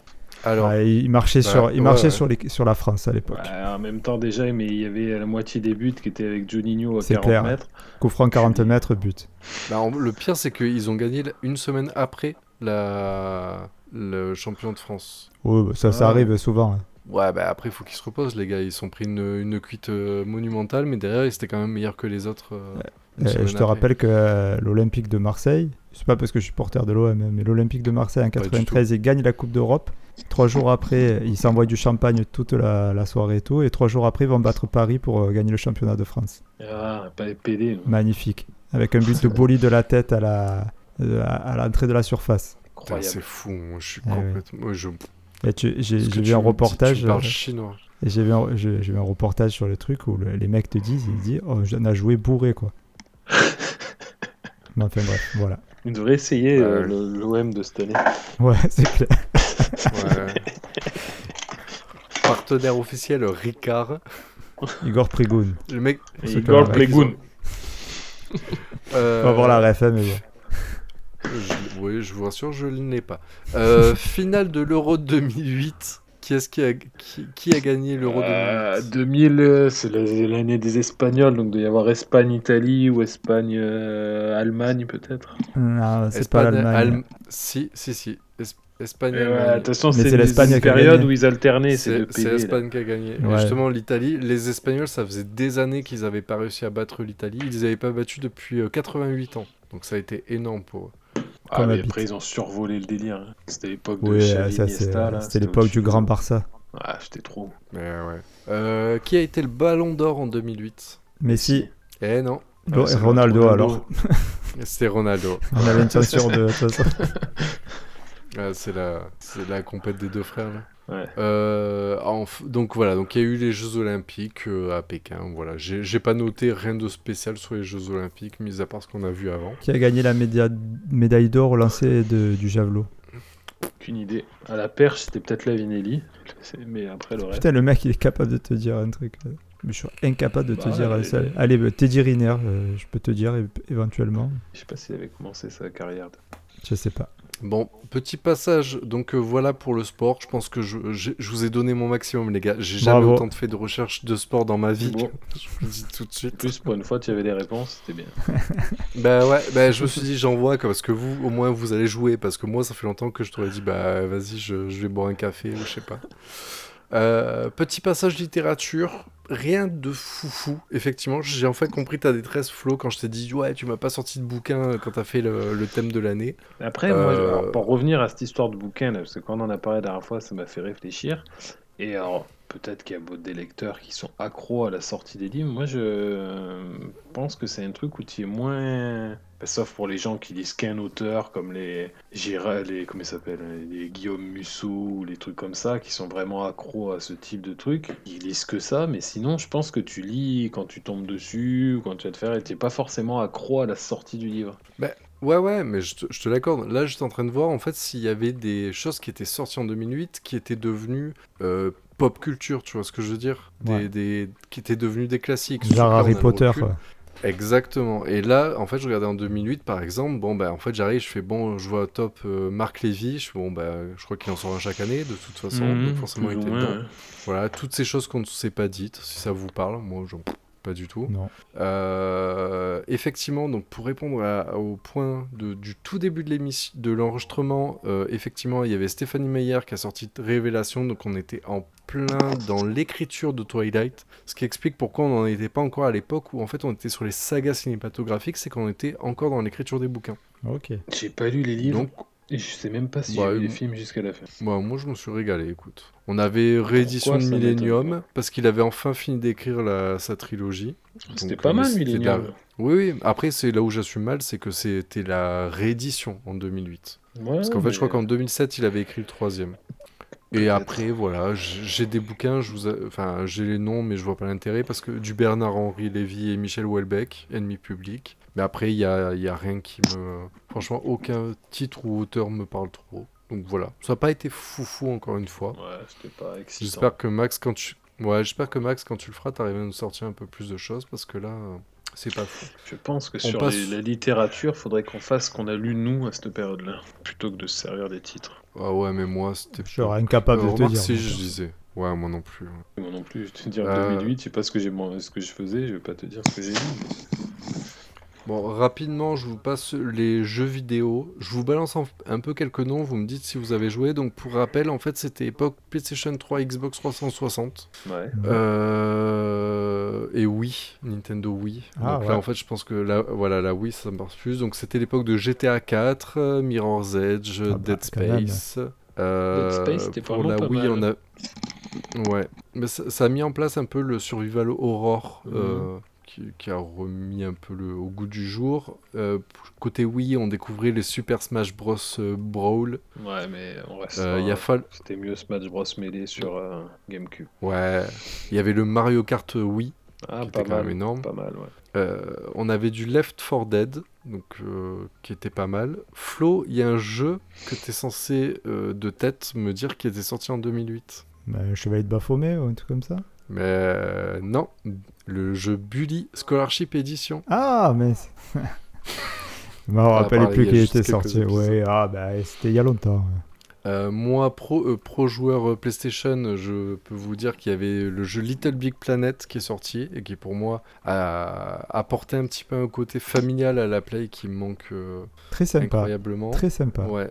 S2: Alors,
S4: Ouais, il marchait,
S2: Bah,
S4: sur, il
S2: ouais,
S4: marchait
S2: ouais.
S4: Sur, les, sur la France à l'époque.
S3: Ouais, Bah, en même temps, déjà, mais il y avait la moitié des buts qui étaient avec Juninho à
S4: C'est
S3: 40
S4: clair.
S3: mètres.
S4: Coup franc 40 mètres, but.
S2: bah, en- le pire, c'est qu'ils ont gagné la- une semaine après la... le champion de France.
S4: Ouais, bah, ça, ça
S3: Ah.
S4: arrive souvent. hein.
S2: Ouais, bah après, il faut qu'ils se reposent, les gars. Ils se sont pris une, une cuite euh, monumentale, mais derrière, ils étaient quand même meilleurs que les autres. euh, une
S4: Euh,
S2: semaine
S4: je te
S2: après.
S4: rappelle que euh, l'Olympique de Marseille, c'est pas parce que je suis porteur de l'OM, hein, mais l'Olympique de Marseille en
S2: Pas du
S4: 93, il gagne la Coupe d'Europe. Trois jours après, ils s'envoient du champagne toute la, la soirée et tout. Et trois jours après, ils vont battre Paris pour euh, gagner le championnat de France.
S3: Ah, pas les PD. non.
S4: Magnifique. Avec un but de bolide de la tête à la euh, à à l'entrée de la surface.
S2: Putain,
S3: Incroyable.
S2: c'est fou, moi, je suis
S4: Ah ouais.
S2: complètement. moi, je-
S4: Et tu- J'ai
S2: Parce que
S4: j'ai
S2: tu
S4: vu un
S2: me dis-
S4: reportage.
S2: Tu me parles
S4: euh,
S2: chinois.
S4: Et j'ai vu, un- j'ai- j'ai vu un reportage sur le truc où le- les mecs te disent, ils disent, oh, j'en ai joué
S2: [laughs]
S4: bourré, quoi. Mais enfin, bref, voilà.
S3: On devrait essayer
S2: Euh,
S3: l'OM de cette année.
S4: Ouais, [laughs] c'est clair.
S2: Ouais. Partenaire officiel Ricard.
S4: Igor Prigoun.
S2: Le mec.
S4: Et
S2: c'est
S4: Igor
S2: pas mal.
S3: Plegoun.
S2: Euh,
S4: On va voir la ref, hein, mais bon.
S2: Je- oui, je vous rassure, je ne l'ai pas.
S4: [laughs]
S2: Euh, finale de l'Euro 2008. Qui est-ce qui a, qui, qui a gagné l'Euro 2008
S3: 2000, euh, c'est la- l'année des Espagnols, donc il doit y avoir Espagne-Italie ou Espagne-Allemagne peut-être.
S4: Non, Ah, c'est pas
S2: Espagne,
S4: l'Allemagne.
S2: Allem- Si, si, si. Es- Espagne.
S3: Euh, ouais,
S2: Allemagne.
S3: Attention,
S4: Mais
S3: c'est
S4: c'est
S3: une
S4: l'Espagne qui a
S3: une période
S4: gagné.
S3: où ils alternaient ces deux
S2: C'est c'est
S3: PD. là.
S2: l'Espagne qui a gagné. Et
S4: Ouais.
S2: justement, l'Italie, les Espagnols, ça faisait des années qu'ils n'avaient pas réussi à battre l'Italie. Ils n'avaient pas battu depuis euh, 88 ans. Donc ça a été énorme pour eux.
S3: Ah,
S4: Comme
S3: mais
S4: Habit.
S3: après, ils ont survolé le délire. hein. C'était l'époque de
S4: Oui,
S3: Xavi,
S4: ça, c'est- euh,
S3: Iniesta, là,
S4: c'était l'époque
S3: au-dessus
S4: du grand
S3: de-
S4: Barça.
S3: Ah, c'était trop.
S2: Mais ouais. Euh, qui a été le ballon d'or en 2008
S4: Messi,
S2: Eh non,
S4: Bon,
S3: Ah, c'est
S4: Ronaldo,
S3: Ronaldo.
S4: alors.
S2: c'était Ronaldo.
S4: On avait une chance sur deux. de toute façon.
S2: Ah, c'est la, c'est la compète des deux frères. là.
S3: Ouais.
S2: Euh, en f- donc voilà, donc il y a eu les Jeux Olympiques euh, à Pékin. Voilà, j'ai j'ai pas noté rien de spécial sur les Jeux Olympiques, mis à part ce qu'on a vu avant.
S4: Qui a gagné la média- médaille d'or au lancer de- du javelot
S3: Aucune idée. À la perche, c'était peut-être la Vinelli. C'est- Mais après, le reste.
S4: Putain, le mec, il est capable de te dire un truc. là. Mais je suis incapable de te
S3: Bah,
S4: dire un
S3: les-
S4: seul. Allez, bah, Teddy Riner, euh, je peux te dire é- éventuellement.
S3: Je sais pas s'il avait commencé sa carrière.
S4: Je sais pas.
S2: Bon, petit passage. Donc euh, voilà pour le sport. Je pense que je, j'ai- je vous ai donné mon maximum, les gars. J'ai jamais
S4: Bravo.
S2: autant fait de recherche de sport dans ma vie.
S3: Bon.
S2: Je vous le dis tout de
S3: En
S2: suite.
S3: plus, pour une fois, tu avais des réponses, c'était bien.
S2: Bah ouais, bah je me suis dit j'envoie quoi, parce que vous au moins vous allez jouer parce que moi ça fait longtemps que je t'aurais dit bah vas-y je, je vais boire un café ou je sais pas. Euh, petit passage littérature, rien de foufou. Effectivement, j'ai enfin compris ta détresse Flo quand je t'ai dit ouais tu m'as pas sorti de bouquin euh, quand t'as fait le, le thème de l'année.
S3: Après, moi,
S2: Euh.
S3: alors, pour revenir à cette histoire de bouquin, là, parce que quand on en a parlé la dernière fois, ça m'a fait réfléchir. Et alors, peut-être qu'il y a beau- des lecteurs qui sont accros à la sortie des livres. Moi, je euh, pense que c'est un truc où tu es moins. Bah, sauf pour les gens qui lisent qu'un auteur, comme les Gérald, les, comment ils s'appellent, les Guillaume Musso ou les trucs comme ça, qui sont vraiment accros à ce type de truc. Ils lisent que ça, mais sinon, je pense que tu lis quand tu tombes dessus ou quand tu vas te faire, et tu n'es pas forcément accro à la sortie du livre.
S2: Ouais ouais mais je te, je te l'accorde. Là j'étais en train de voir en fait s'il y avait des choses qui étaient sorties en 2008 qui étaient devenues euh, pop culture, tu vois ce que je veux dire des,
S4: Ouais.
S2: des- qui étaient devenues des classiques. Là,
S4: Genre
S2: on a
S4: Harry
S2: le
S4: Potter.
S2: recul.
S4: quoi.
S2: Exactement. Et là, en fait, je regardais en 2008, par exemple. Bon, bah, en fait, j'arrive, je fais bon, je vois au top euh, Marc Lévy. Je, fais, bon, bah, je crois qu'il en sort un chaque année, de toute façon.
S3: Mhm,
S2: donc forcément, il
S3: plus
S2: était
S3: ou moins,
S2: dedans.
S3: hein.
S2: Voilà, toutes ces choses qu'on ne s'est pas dites, si ça vous parle, moi, j'en pas du tout.
S4: Non.
S2: Euh, effectivement, donc pour répondre à- au point de- du tout début de l'émission, de l'enregistrement, euh, effectivement, il y avait Stéphanie Meyer qui a sorti Révélation, donc on était en plein dans l'écriture de Twilight, ce qui explique pourquoi on n'en était pas encore à l'époque où en fait on était sur les sagas cinématographiques, c'est qu'on était encore dans l'écriture des bouquins.
S4: Ok.
S3: J'ai pas lu les livres.
S2: Donc,
S3: Et je sais même pas si
S2: Bah,
S3: j'ai vu
S2: euh,
S3: les films jusqu'à la fin.
S2: moi, moi, je me suis régalé, écoute. On avait réédition de
S3: ça m'étonne
S2: Millennium
S3: pas
S2: parce qu'il avait enfin fini d'écrire la- sa trilogie.
S3: C'était
S2: donc,
S3: pas
S2: euh,
S3: mal,
S2: c'était
S3: Millennium.
S2: Oui, oui. Après, c'est là où j'assume mal, c'est que c'était la réédition en 2008. Parce
S3: Ah,
S2: qu'en fait, je crois qu'en 2007, il avait écrit le troisième. Et
S3: Peut-être.
S2: après, voilà, j- j'ai des bouquins, je vous a- enfin, j'ai les noms, mais je vois pas l'intérêt, parce que du Bernard-Henri Lévy et Michel Houellebecq, Ennemi public. Mais après, il y a, il y a rien qui me... Franchement, aucun titre ou auteur me parle trop. Donc voilà, ça n'a pas été foufou encore une fois.
S3: Ouais, c'était pas excitant.
S2: J'espère que Max, quand tu... Ouais, j'espère que Max, quand tu le feras, t'arriveras à nous sortir un peu plus de choses, parce que là, euh, c'est pas fou.
S3: Je pense que
S2: On
S3: sur
S2: passe-
S3: les- la littérature, faudrait qu'on fasse ce qu'on a lu nous à cette période-là, plutôt que de se servir des titres.
S2: Ah ouais, mais moi, c'était
S4: Je serais incapable
S2: Euh,
S4: de te
S2: remarque
S4: dire.
S2: si
S4: moi.
S2: je disais. Ouais, moi non plus.
S3: Moi non plus, je te dire
S2: Euh.
S3: en 2008, je sais pas ce que j'ai moi, ce que je faisais, je vais pas te dire ce que j'ai lu.
S2: Bon, rapidement, je vous passe les jeux vidéo. Je vous balance en- un peu quelques noms, vous me dites si vous avez joué. Donc, pour rappel, en fait, c'était époque PlayStation 3, Xbox 360.
S3: Ouais.
S2: Euh, Et oui, Nintendo Wii.
S4: Ah,
S2: donc
S4: ouais.
S2: là, en fait, je pense que la, voilà, la Wii, ça me marche plus. Donc, c'était l'époque de GTA 4, euh, Mirror's Edge,
S4: Ah bah,
S2: Dead
S4: quand même.
S2: Space. Euh,
S3: Dead Space, c'était
S2: pour
S3: vraiment
S2: la
S3: pas
S2: Wii,
S3: mal.
S2: on a. Ouais, mais ça, ça a mis en place un peu le survival horror
S4: Mhm.
S2: euh, qui, qui a remis un peu le, au goût du jour. Euh, p- côté Wii, on découvrait les Super Smash Bros euh, Brawl.
S3: Ouais, mais on reste.
S2: Euh, il y a Fall-
S3: C'était mieux Smash Bros Melee sur euh, GameCube.
S2: Ouais, il y avait le Mario Kart euh, Wii
S3: Ah,
S2: qui
S3: pas
S2: était quand
S3: mal.
S2: même énorme.
S3: Pas mal, ouais.
S2: Euh, on avait du Left 4 Dead, donc euh, qui était pas mal. Flo, il y a un jeu que t'es censé euh, de tête me dire qui était sorti en 2008.
S4: Bah, un chevalier de Baphomet ou un truc comme ça
S2: Mais euh, non, le jeu Bully Scholarship Edition.
S4: Ah, mais. [laughs] Bah, on
S2: Ah,
S4: rappelait
S2: pareil, il
S4: plus
S2: y a
S4: qu'il
S2: juste
S4: était
S2: quelques
S4: sorti.
S2: épisodes.
S4: Ouais, ah, bah, c'était il y a longtemps. ouais.
S2: Euh, moi, pro, euh, pro joueur euh, PlayStation, je peux vous dire qu'il y avait le jeu Little Big Planet qui est sorti et qui pour moi a apporté un petit peu un côté familial à la play qui me manque euh,
S4: Très sympa.
S2: incroyablement.
S4: Très sympa.
S2: Ouais.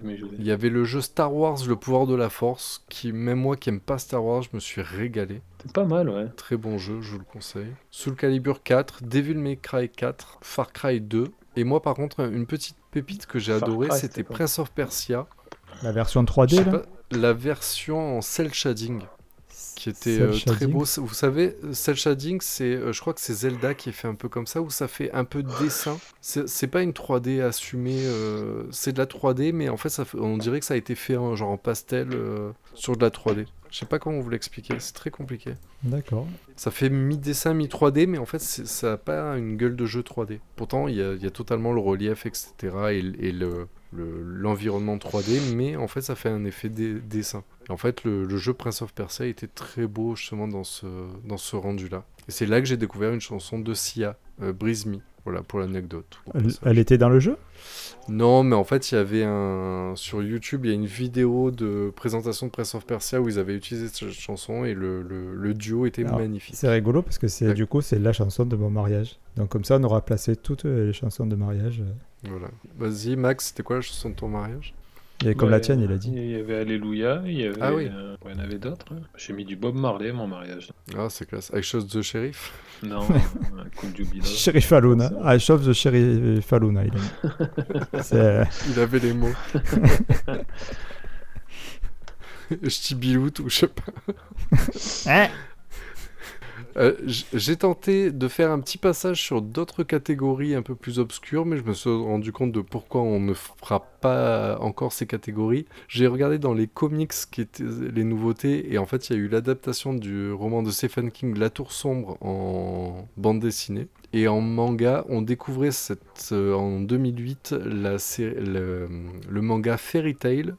S3: Jamais joué.
S2: Il y avait le jeu Star Wars, le pouvoir de la force, qui même moi qui aime pas Star Wars, je me suis régalé.
S3: C'était pas mal, ouais.
S2: Très bon jeu, je vous le conseille. Soul Calibur 4, Devil May Cry 4, Far Cry 2 Et moi, par contre, une petite pépite que j'ai
S3: Far
S2: adorée,
S3: Cry,
S2: c'était
S3: c'était quoi
S2: Prince of Persia.
S4: La version
S2: Je
S4: 3D,
S2: sais
S4: là
S2: pas, la version en cell shading qui était
S4: Cell
S2: euh, très
S4: shading.
S2: beau. C'est- Vous savez, euh, cell shading, c'est, euh, je crois que c'est Zelda qui est fait un peu comme ça, où ça fait un peu de dessin. C'est c'est pas une 3D assumée, euh, c'est de la 3D, mais en fait, ça, fait- on dirait que ça a été fait en, genre en pastel euh, sur de la 3D. Je sais pas comment vous l'expliquer, c'est très compliqué.
S4: D'accord.
S2: Ça fait mi-dessin, mi-3D, mais en fait, c'est- ça n'a pas une gueule de jeu 3D. Pourtant, il y, a- il y a totalement le relief, etc., et, l- et le- le- l'environnement 3D, mais en fait, ça fait un effet dé- dessin. Et en fait, le, le jeu Prince of Persia était très beau, justement, dans ce, dans ce rendu-là. Et c'est là que j'ai découvert une chanson de Sia, euh, Breeze Me. Voilà, pour l'anecdote.
S4: Elle, elle était dans le jeu
S2: Non, mais en fait, il y avait un. Sur YouTube, il y a une vidéo de présentation de Prince of Persia où ils avaient utilisé cette chanson et le, le- le duo était
S4: Alors,
S2: magnifique.
S4: C'est rigolo parce que c'est
S2: Ouais.
S4: du coup c'est la chanson de mon mariage. Donc comme ça on aura placé toutes euh, les chansons de mariage. euh.
S2: Voilà. Vas-y, Max, c'était quoi la chanson de ton mariage
S4: Et comme la
S3: Ouais,
S4: tienne, il a dit.
S3: Il y avait Alléluia, il y avait.
S2: Ah oui.
S3: euh, ouais, il y en avait d'autres. hein. J'ai mis du Bob Marley à mon mariage.
S2: Ah, c'est classe. I Shot the Sheriff
S4: [laughs]
S3: Non, un coup du bilan.
S4: Sheriff Aluna. I shove the Sheriff Aluna.
S2: [laughs]
S4: Il a dit. C'est- euh,
S2: Il avait les mots. [laughs] Ch'tibiloute ou je sais pas.
S4: Hein
S2: Euh, j- J'ai tenté de faire un petit passage sur d'autres catégories un peu plus obscures, mais je me suis rendu compte de pourquoi on ne fera pas encore ces catégories. J'ai regardé dans les comics qui étaient les nouveautés, et en fait, il y a eu l'adaptation du roman de Stephen King, La Tour Sombre, en bande dessinée. Et en manga, on découvrait cette, euh, en 2008 la sé- le, le manga Fairy Tail,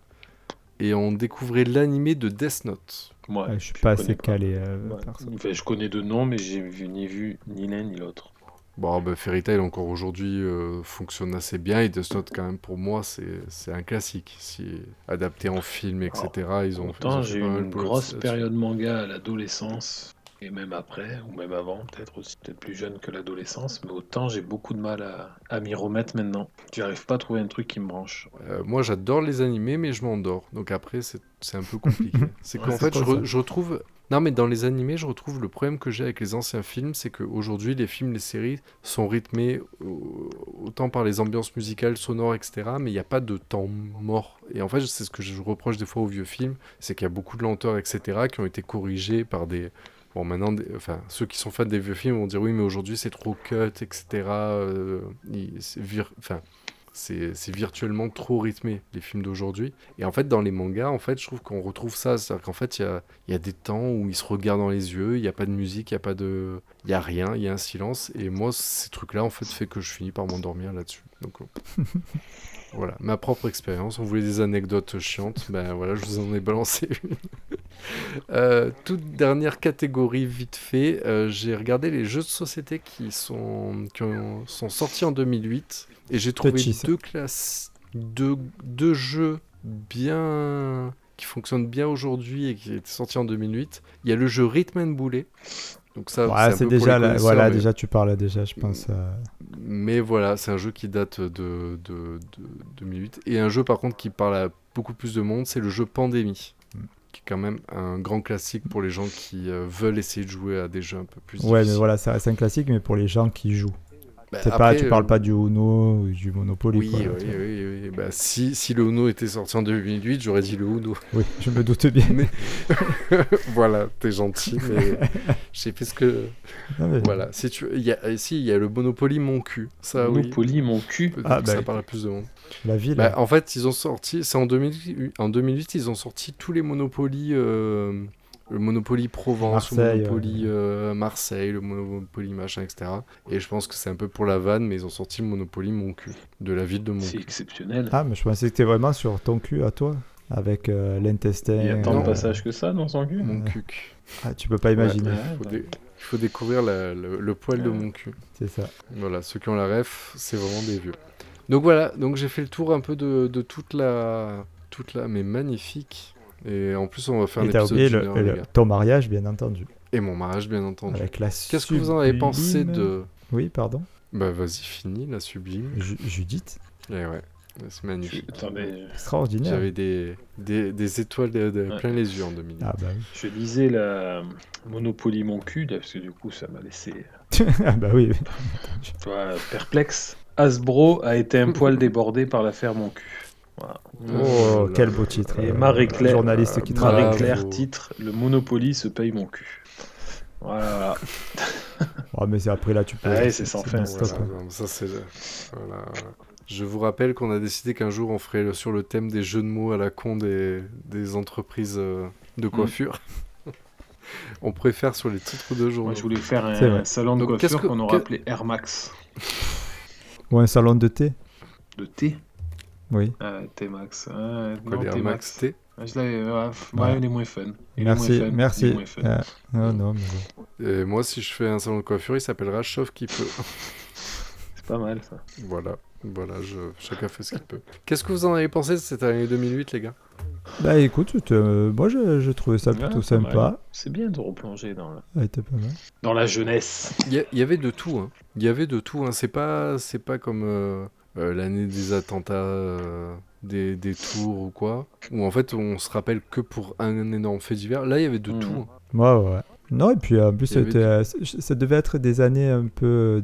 S2: et on découvrait l'animé de Death Note.
S3: Ouais,
S4: Ouais, je suis pas assez
S3: connais
S4: calé. euh,
S3: Ouais.
S4: perso.
S3: Enfin, je connais deux noms, mais j'ai vu- ni vu ni l'un ni l'autre.
S2: Bon, ben, Fairy Tail, encore aujourd'hui, euh, fonctionne assez bien. Et Death Note, quand même, pour moi, c'est c'est un classique. Si, adapté en film, etc., ils ont ils
S3: Pourtant,
S2: ont
S3: j'ai eu
S2: pas mal
S3: une
S2: de boulot
S3: grosse
S2: là-dessus.
S3: période manga à l'adolescence, et même après, ou même avant, peut-être aussi, peut-être plus jeune que l'adolescence, mais autant j'ai beaucoup de mal à, à m'y remettre maintenant. J'arrive pas à trouver un truc qui me branche.
S2: Euh, moi, j'adore les animés, mais je m'endors. Donc après, c'est c'est un peu
S4: [laughs]
S2: compliqué. c'est
S3: Ouais,
S2: qu'en
S4: c'est
S2: fait, je,
S4: quoi,
S2: re-
S4: ça
S2: je retrouve. Non, mais dans les animés, je retrouve le problème que j'ai avec les anciens films, c'est qu'aujourd'hui, les films, les séries sont rythmés au- autant par les ambiances musicales, sonores, etc. Mais il n'y a pas de temps mort. Et en fait, c'est ce que je reproche des fois aux vieux films, c'est qu'il y a beaucoup de lenteur, etc., qui ont été corrigés par des. Bon, maintenant, des- enfin, ceux qui sont fans des vieux films vont dire oui, mais aujourd'hui c'est trop cut, etc. euh, il- c'est vir- Enfin, c'est c'est virtuellement trop rythmé, les films d'aujourd'hui. Et en fait, dans les mangas, en fait, je trouve qu'on retrouve ça. C'est-à-dire qu'en fait, il y a, il y a des temps où ils se regardent dans les yeux, il n'y a pas de musique, il n'y a pas de. Il y a rien, il y a un silence. Et moi, ces trucs-là, en fait, fait que je finis par m'endormir là-dessus. Donc,
S4: [laughs]
S2: euh, voilà, ma propre expérience. On voulait des anecdotes chiantes. Ben voilà, je vous en ai balancé une. [laughs] Euh, toute dernière catégorie, vite fait. euh, j'ai regardé les jeux de société qui sont, qui ont- sont sortis en 2008. Et j'ai trouvé
S4: Petit, ça.
S2: deux classes, deux, deux jeux bien qui fonctionnent bien aujourd'hui et qui étaient sortis en 2008. Il y a le jeu Rhythm and Boulet. Donc ça,
S4: Ouais,
S2: un
S4: c'est
S2: peu pour
S4: déjà
S2: les
S4: la-
S2: connaisseurs,
S4: voilà
S2: mais- Mm.
S4: déjà tu parles déjà je pense. euh,
S2: mais voilà, c'est un jeu qui date de, de, de 2008. Et un jeu, par contre, qui parle à beaucoup plus de monde, c'est le jeu Pandémie.
S4: Mm.
S2: Qui est quand même un grand classique pour les gens qui euh, veulent essayer de jouer à des jeux un peu plus.
S4: Ouais mais
S2: difficiles.
S4: voilà ça reste un classique mais pour les gens qui jouent.
S2: Bah,
S4: C'est pas
S2: après,
S4: tu
S2: euh,
S4: parles pas du Uno ou du Monopoly.
S2: Oui,
S4: quoi.
S2: oui, oui, oui, oui. Bah, si, si le Uno était sorti en 2008, j'aurais dit le Uno. [laughs]
S4: Oui, je me doute bien.
S2: voilà, t'es gentil,
S4: [laughs]
S2: mais j'ai fait ce que.
S4: Non, mais-
S2: Voilà. Si tu, il y a, si il y a le Monopoly mon cul, ça Ah oui.
S3: Monopoly, mon cul.
S2: Peut-être
S4: Ah,
S2: que
S4: bah
S2: ça
S4: oui.
S2: parle à plus de monde.
S4: La ville. hein.
S2: Bah, en fait, ils ont sorti, c'est en 2008, en 2008, ils ont sorti tous les Monopoly, euh, le Monopoly Provence,
S4: Marseille,
S2: le Monopoly euh, Marseille, le Monopoly machin, etc. Et je pense que c'est un peu pour la vanne, mais ils ont sorti le Monopoly Mon cul, de la ville de Mon
S3: C'est
S2: cul.
S3: exceptionnel.
S4: Ah mais je pensais que t'étais vraiment sur ton cul à toi avec euh, l'intestin.
S3: Il y a tant
S4: euh,
S3: de passages que ça dans son cul.
S2: Mon
S4: Euh,
S2: cul.
S4: ah, tu peux pas imaginer.
S3: Ouais.
S2: Il faut, dé- il faut découvrir la- le, le poil de
S3: Ouais.
S2: mon cul.
S4: C'est ça.
S2: Voilà, ceux qui ont la ref, c'est vraiment des vieux. Donc voilà, donc j'ai fait le tour un peu de, de toute la, toute la, mais magnifique. Et en plus, on va faire un
S4: Et t'as
S2: épisode
S4: oublié
S2: d'une
S4: le-
S2: heure,
S4: le-
S2: les gars.
S4: ton mariage bien entendu.
S2: Et mon mariage, bien entendu.
S4: Avec la.
S2: Qu'est-ce que vous en avez pensé
S4: sublime-
S2: de...
S4: Oui pardon.
S2: Bah vas-y, fini, la sublime.
S4: Ju- Judith.
S2: Et ouais, c'est magnifique.
S3: Je- Attendez,
S4: Extraordinaire.
S2: J'avais des, des, des étoiles de- de-
S3: Ouais.
S2: plein les yeux en 2000.
S4: Ah bah oui.
S3: je lisais la Monopoly,
S4: [laughs]
S3: mon cul, là, parce que du coup, ça m'a laissé
S4: ah bah oui.
S3: tu vois, perplexe. Hasbro a été un [laughs] poil débordé par l'affaire Mon cul.
S4: Oh, [laughs] quel beau titre.
S3: Et Marie-Claire, euh,
S4: Journaliste
S2: Marie-
S4: qui travaille.
S3: Marie-Claire
S2: Bravo.
S3: titre Le Monopoly se paye mon cul. Voilà.
S4: Oh, mais c'est après là, tu peux.
S3: Ah ouais, c'est sans fin,
S4: non-stop,
S2: Voilà,
S4: hein.
S2: non, ça, c'est le- voilà, voilà. Je vous rappelle qu'on a décidé qu'un jour on ferait le- sur le thème des jeux de mots à la con des, des entreprises euh, de
S3: Hmm.
S2: coiffure. [laughs] on préfère sur les titres de journaux.
S3: Moi, je voulais faire
S4: C'est vrai.
S3: un salon de
S2: Donc, qu'est-ce
S3: coiffure
S2: que-
S3: qu'on
S2: que-
S3: aurait appelé Air Max.
S4: Ou un salon de thé
S3: De T.
S4: Oui.
S3: Ah, T-Max. Ah,
S2: Quoi,
S3: non,
S2: les Air
S3: T-Max.
S2: Max T
S3: Ah, Je l'avais. ouais, f-
S4: Ouais.
S3: ouais, il est moins fun. Il est moins
S4: Merci,
S3: fun, il est
S4: merci.
S3: moins fun.
S4: Euh, non, non, mais bon.
S2: Et moi, si je fais un salon de coiffure, il s'appellera Chauffe qui peut. [laughs]
S3: C'est pas mal ça.
S2: voilà, voilà, je- chacun fait ce qu'il peut. Qu'est-ce que vous en avez pensé de cette année 2008, les gars
S4: Bah écoute, tu- euh, moi je- j'ai trouvé ça
S3: Ouais,
S4: plutôt
S3: pas mal.
S4: sympa.
S3: C'est bien de replonger dans la,
S4: Elle était pas mal.
S3: dans la jeunesse.
S2: Il y, a- il y avait de tout. hein. Il y avait de tout. hein. C'est pas, c'est pas comme euh, euh, l'année des attentats, euh, des, des tours ou quoi, où en fait on se rappelle que pour un énorme fait divers. Là, il y avait de
S3: Mhm.
S2: tout. hein.
S4: Ouais, ouais. Non, et puis en plus,
S2: Il y avait
S4: c'était, euh, c- ça devait être des années un peu, euh,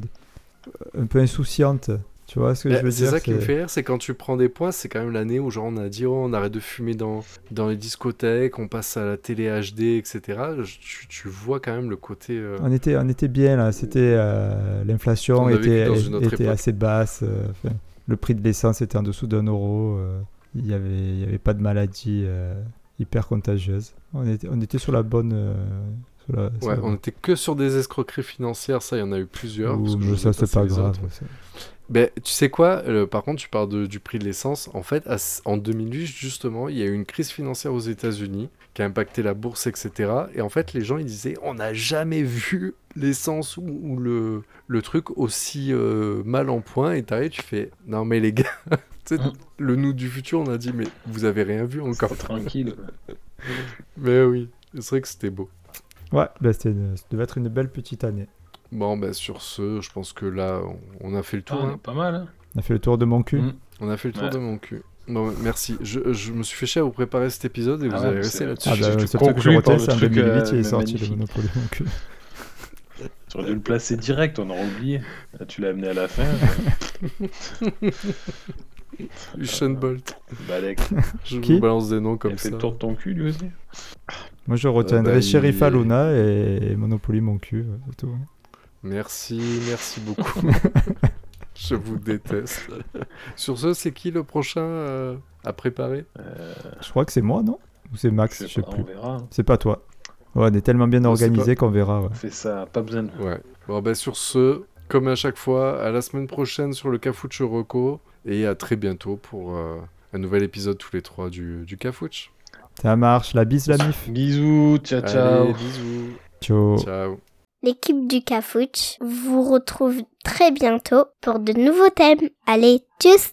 S4: un peu insouciantes. Tu vois ce que
S2: Eh,
S4: je veux
S2: C'est
S4: dire
S2: ça qui me fait rire, c'est quand tu prends des points, c'est quand même l'année où genre on a dit oh, on arrête de fumer dans, dans les discothèques, on passe à la télé HD, etc. Je- tu, tu vois quand même le côté. euh,
S4: On était, on était bien là, c'était euh, l'inflation
S2: On a vécu
S4: était,
S2: dans une autre
S4: était
S2: époque.
S4: assez basse, euh, enfin, le prix de l'essence était en dessous d'un euro, euh, il n'y avait, il y avait pas de maladie euh, hyper contagieuse. On était, on était sur la bonne. euh, sur la- sur
S2: Ouais,
S4: la
S2: on
S4: bonne-
S2: était que sur des escroqueries financières, ça il y en a eu plusieurs.
S4: Ouh,
S2: parce que je
S4: mais
S2: vous ai
S4: ça c'est
S2: passé
S4: pas
S2: les
S4: grave.
S2: autres.
S4: ça.
S2: Ben, tu sais quoi, euh, par contre, tu parles de- du prix de l'essence. En fait, à s- en 2008, justement, il y a eu une crise financière aux États-Unis qui a impacté la bourse, etc. Et en fait, les gens, ils disaient, on n'a jamais vu [laughs] l'essence ou, ou le, le truc aussi euh, mal en point. Et t'arrives, tu fais, non mais les gars, [laughs] tu sais, le nous du futur, on a dit, mais vous avez rien vu encore.
S3: C'était tranquille.
S2: Mais oui, c'est vrai que c'était beau.
S4: Ouais, bah, c'était une- ça devait être une belle petite année. on
S2: Bon, ben sur ce, je pense que là, on, on a fait le
S3: Ah,
S2: tour.
S3: on
S2: hein.
S3: est pas mal. hein.
S4: a fait le tour de mon cul.
S3: Mm.
S2: On a fait le tour
S3: Ouais.
S2: de mon cul. Bon, merci. Je, je me suis fait chier à vous préparer cet épisode et
S3: Ah
S2: vous
S3: ouais,
S2: avez
S3: c'est-
S2: resté là-dessus.
S4: Ah
S3: Tu-
S4: bah,
S3: tu
S4: c'est pour que je
S3: conclus par
S4: retiens,
S3: le
S4: c'est en
S3: truc,
S4: 2008
S3: euh,
S4: il est sorti le
S3: magnifique.
S4: Monopoly. donc, euh,
S3: J'aurais dû le placer direct, on aurait oublié. Là, tu l'as amené à la fin.
S2: Usain Bolt.
S3: Balek,
S2: Je
S4: Qui
S2: vous balance des noms
S3: il a
S2: comme
S3: Bah, Ah. fait
S2: ça.
S3: le tour de ton cul lui aussi.
S4: Moi je retiendrai
S2: bah,
S4: Sheriff
S2: il-
S4: Aluna et, et Monopoly mon cul. euh, c'est tout.
S2: Merci, merci
S3: [laughs]
S2: beaucoup. je vous déteste. Sur ce, c'est qui le prochain euh, à préparer
S4: Je crois que c'est moi, non Ou Ah, c'est Max, je sais
S3: Euh, pas,
S4: plus.
S3: On verra. hein.
S4: C'est pas toi. Ouais, on est tellement bien
S2: Non, c'est
S4: organisé qu'on verra. ouais.
S3: On fait ça, pas besoin de.
S2: Ouais. Bon, ben sur ce, comme à chaque fois, à la semaine prochaine sur le Cafouche Rocco et à très bientôt pour euh, un nouvel épisode tous les trois du, du Cafouche.
S4: Ça marche, la bise, la mif.
S3: Bisous, ciao ciao. Oh.
S2: Allez, bisous.
S4: Ciao.
S2: Ciao.
S1: L'équipe du Cafouche vous retrouve très bientôt pour de nouveaux thèmes. Allez, tchuss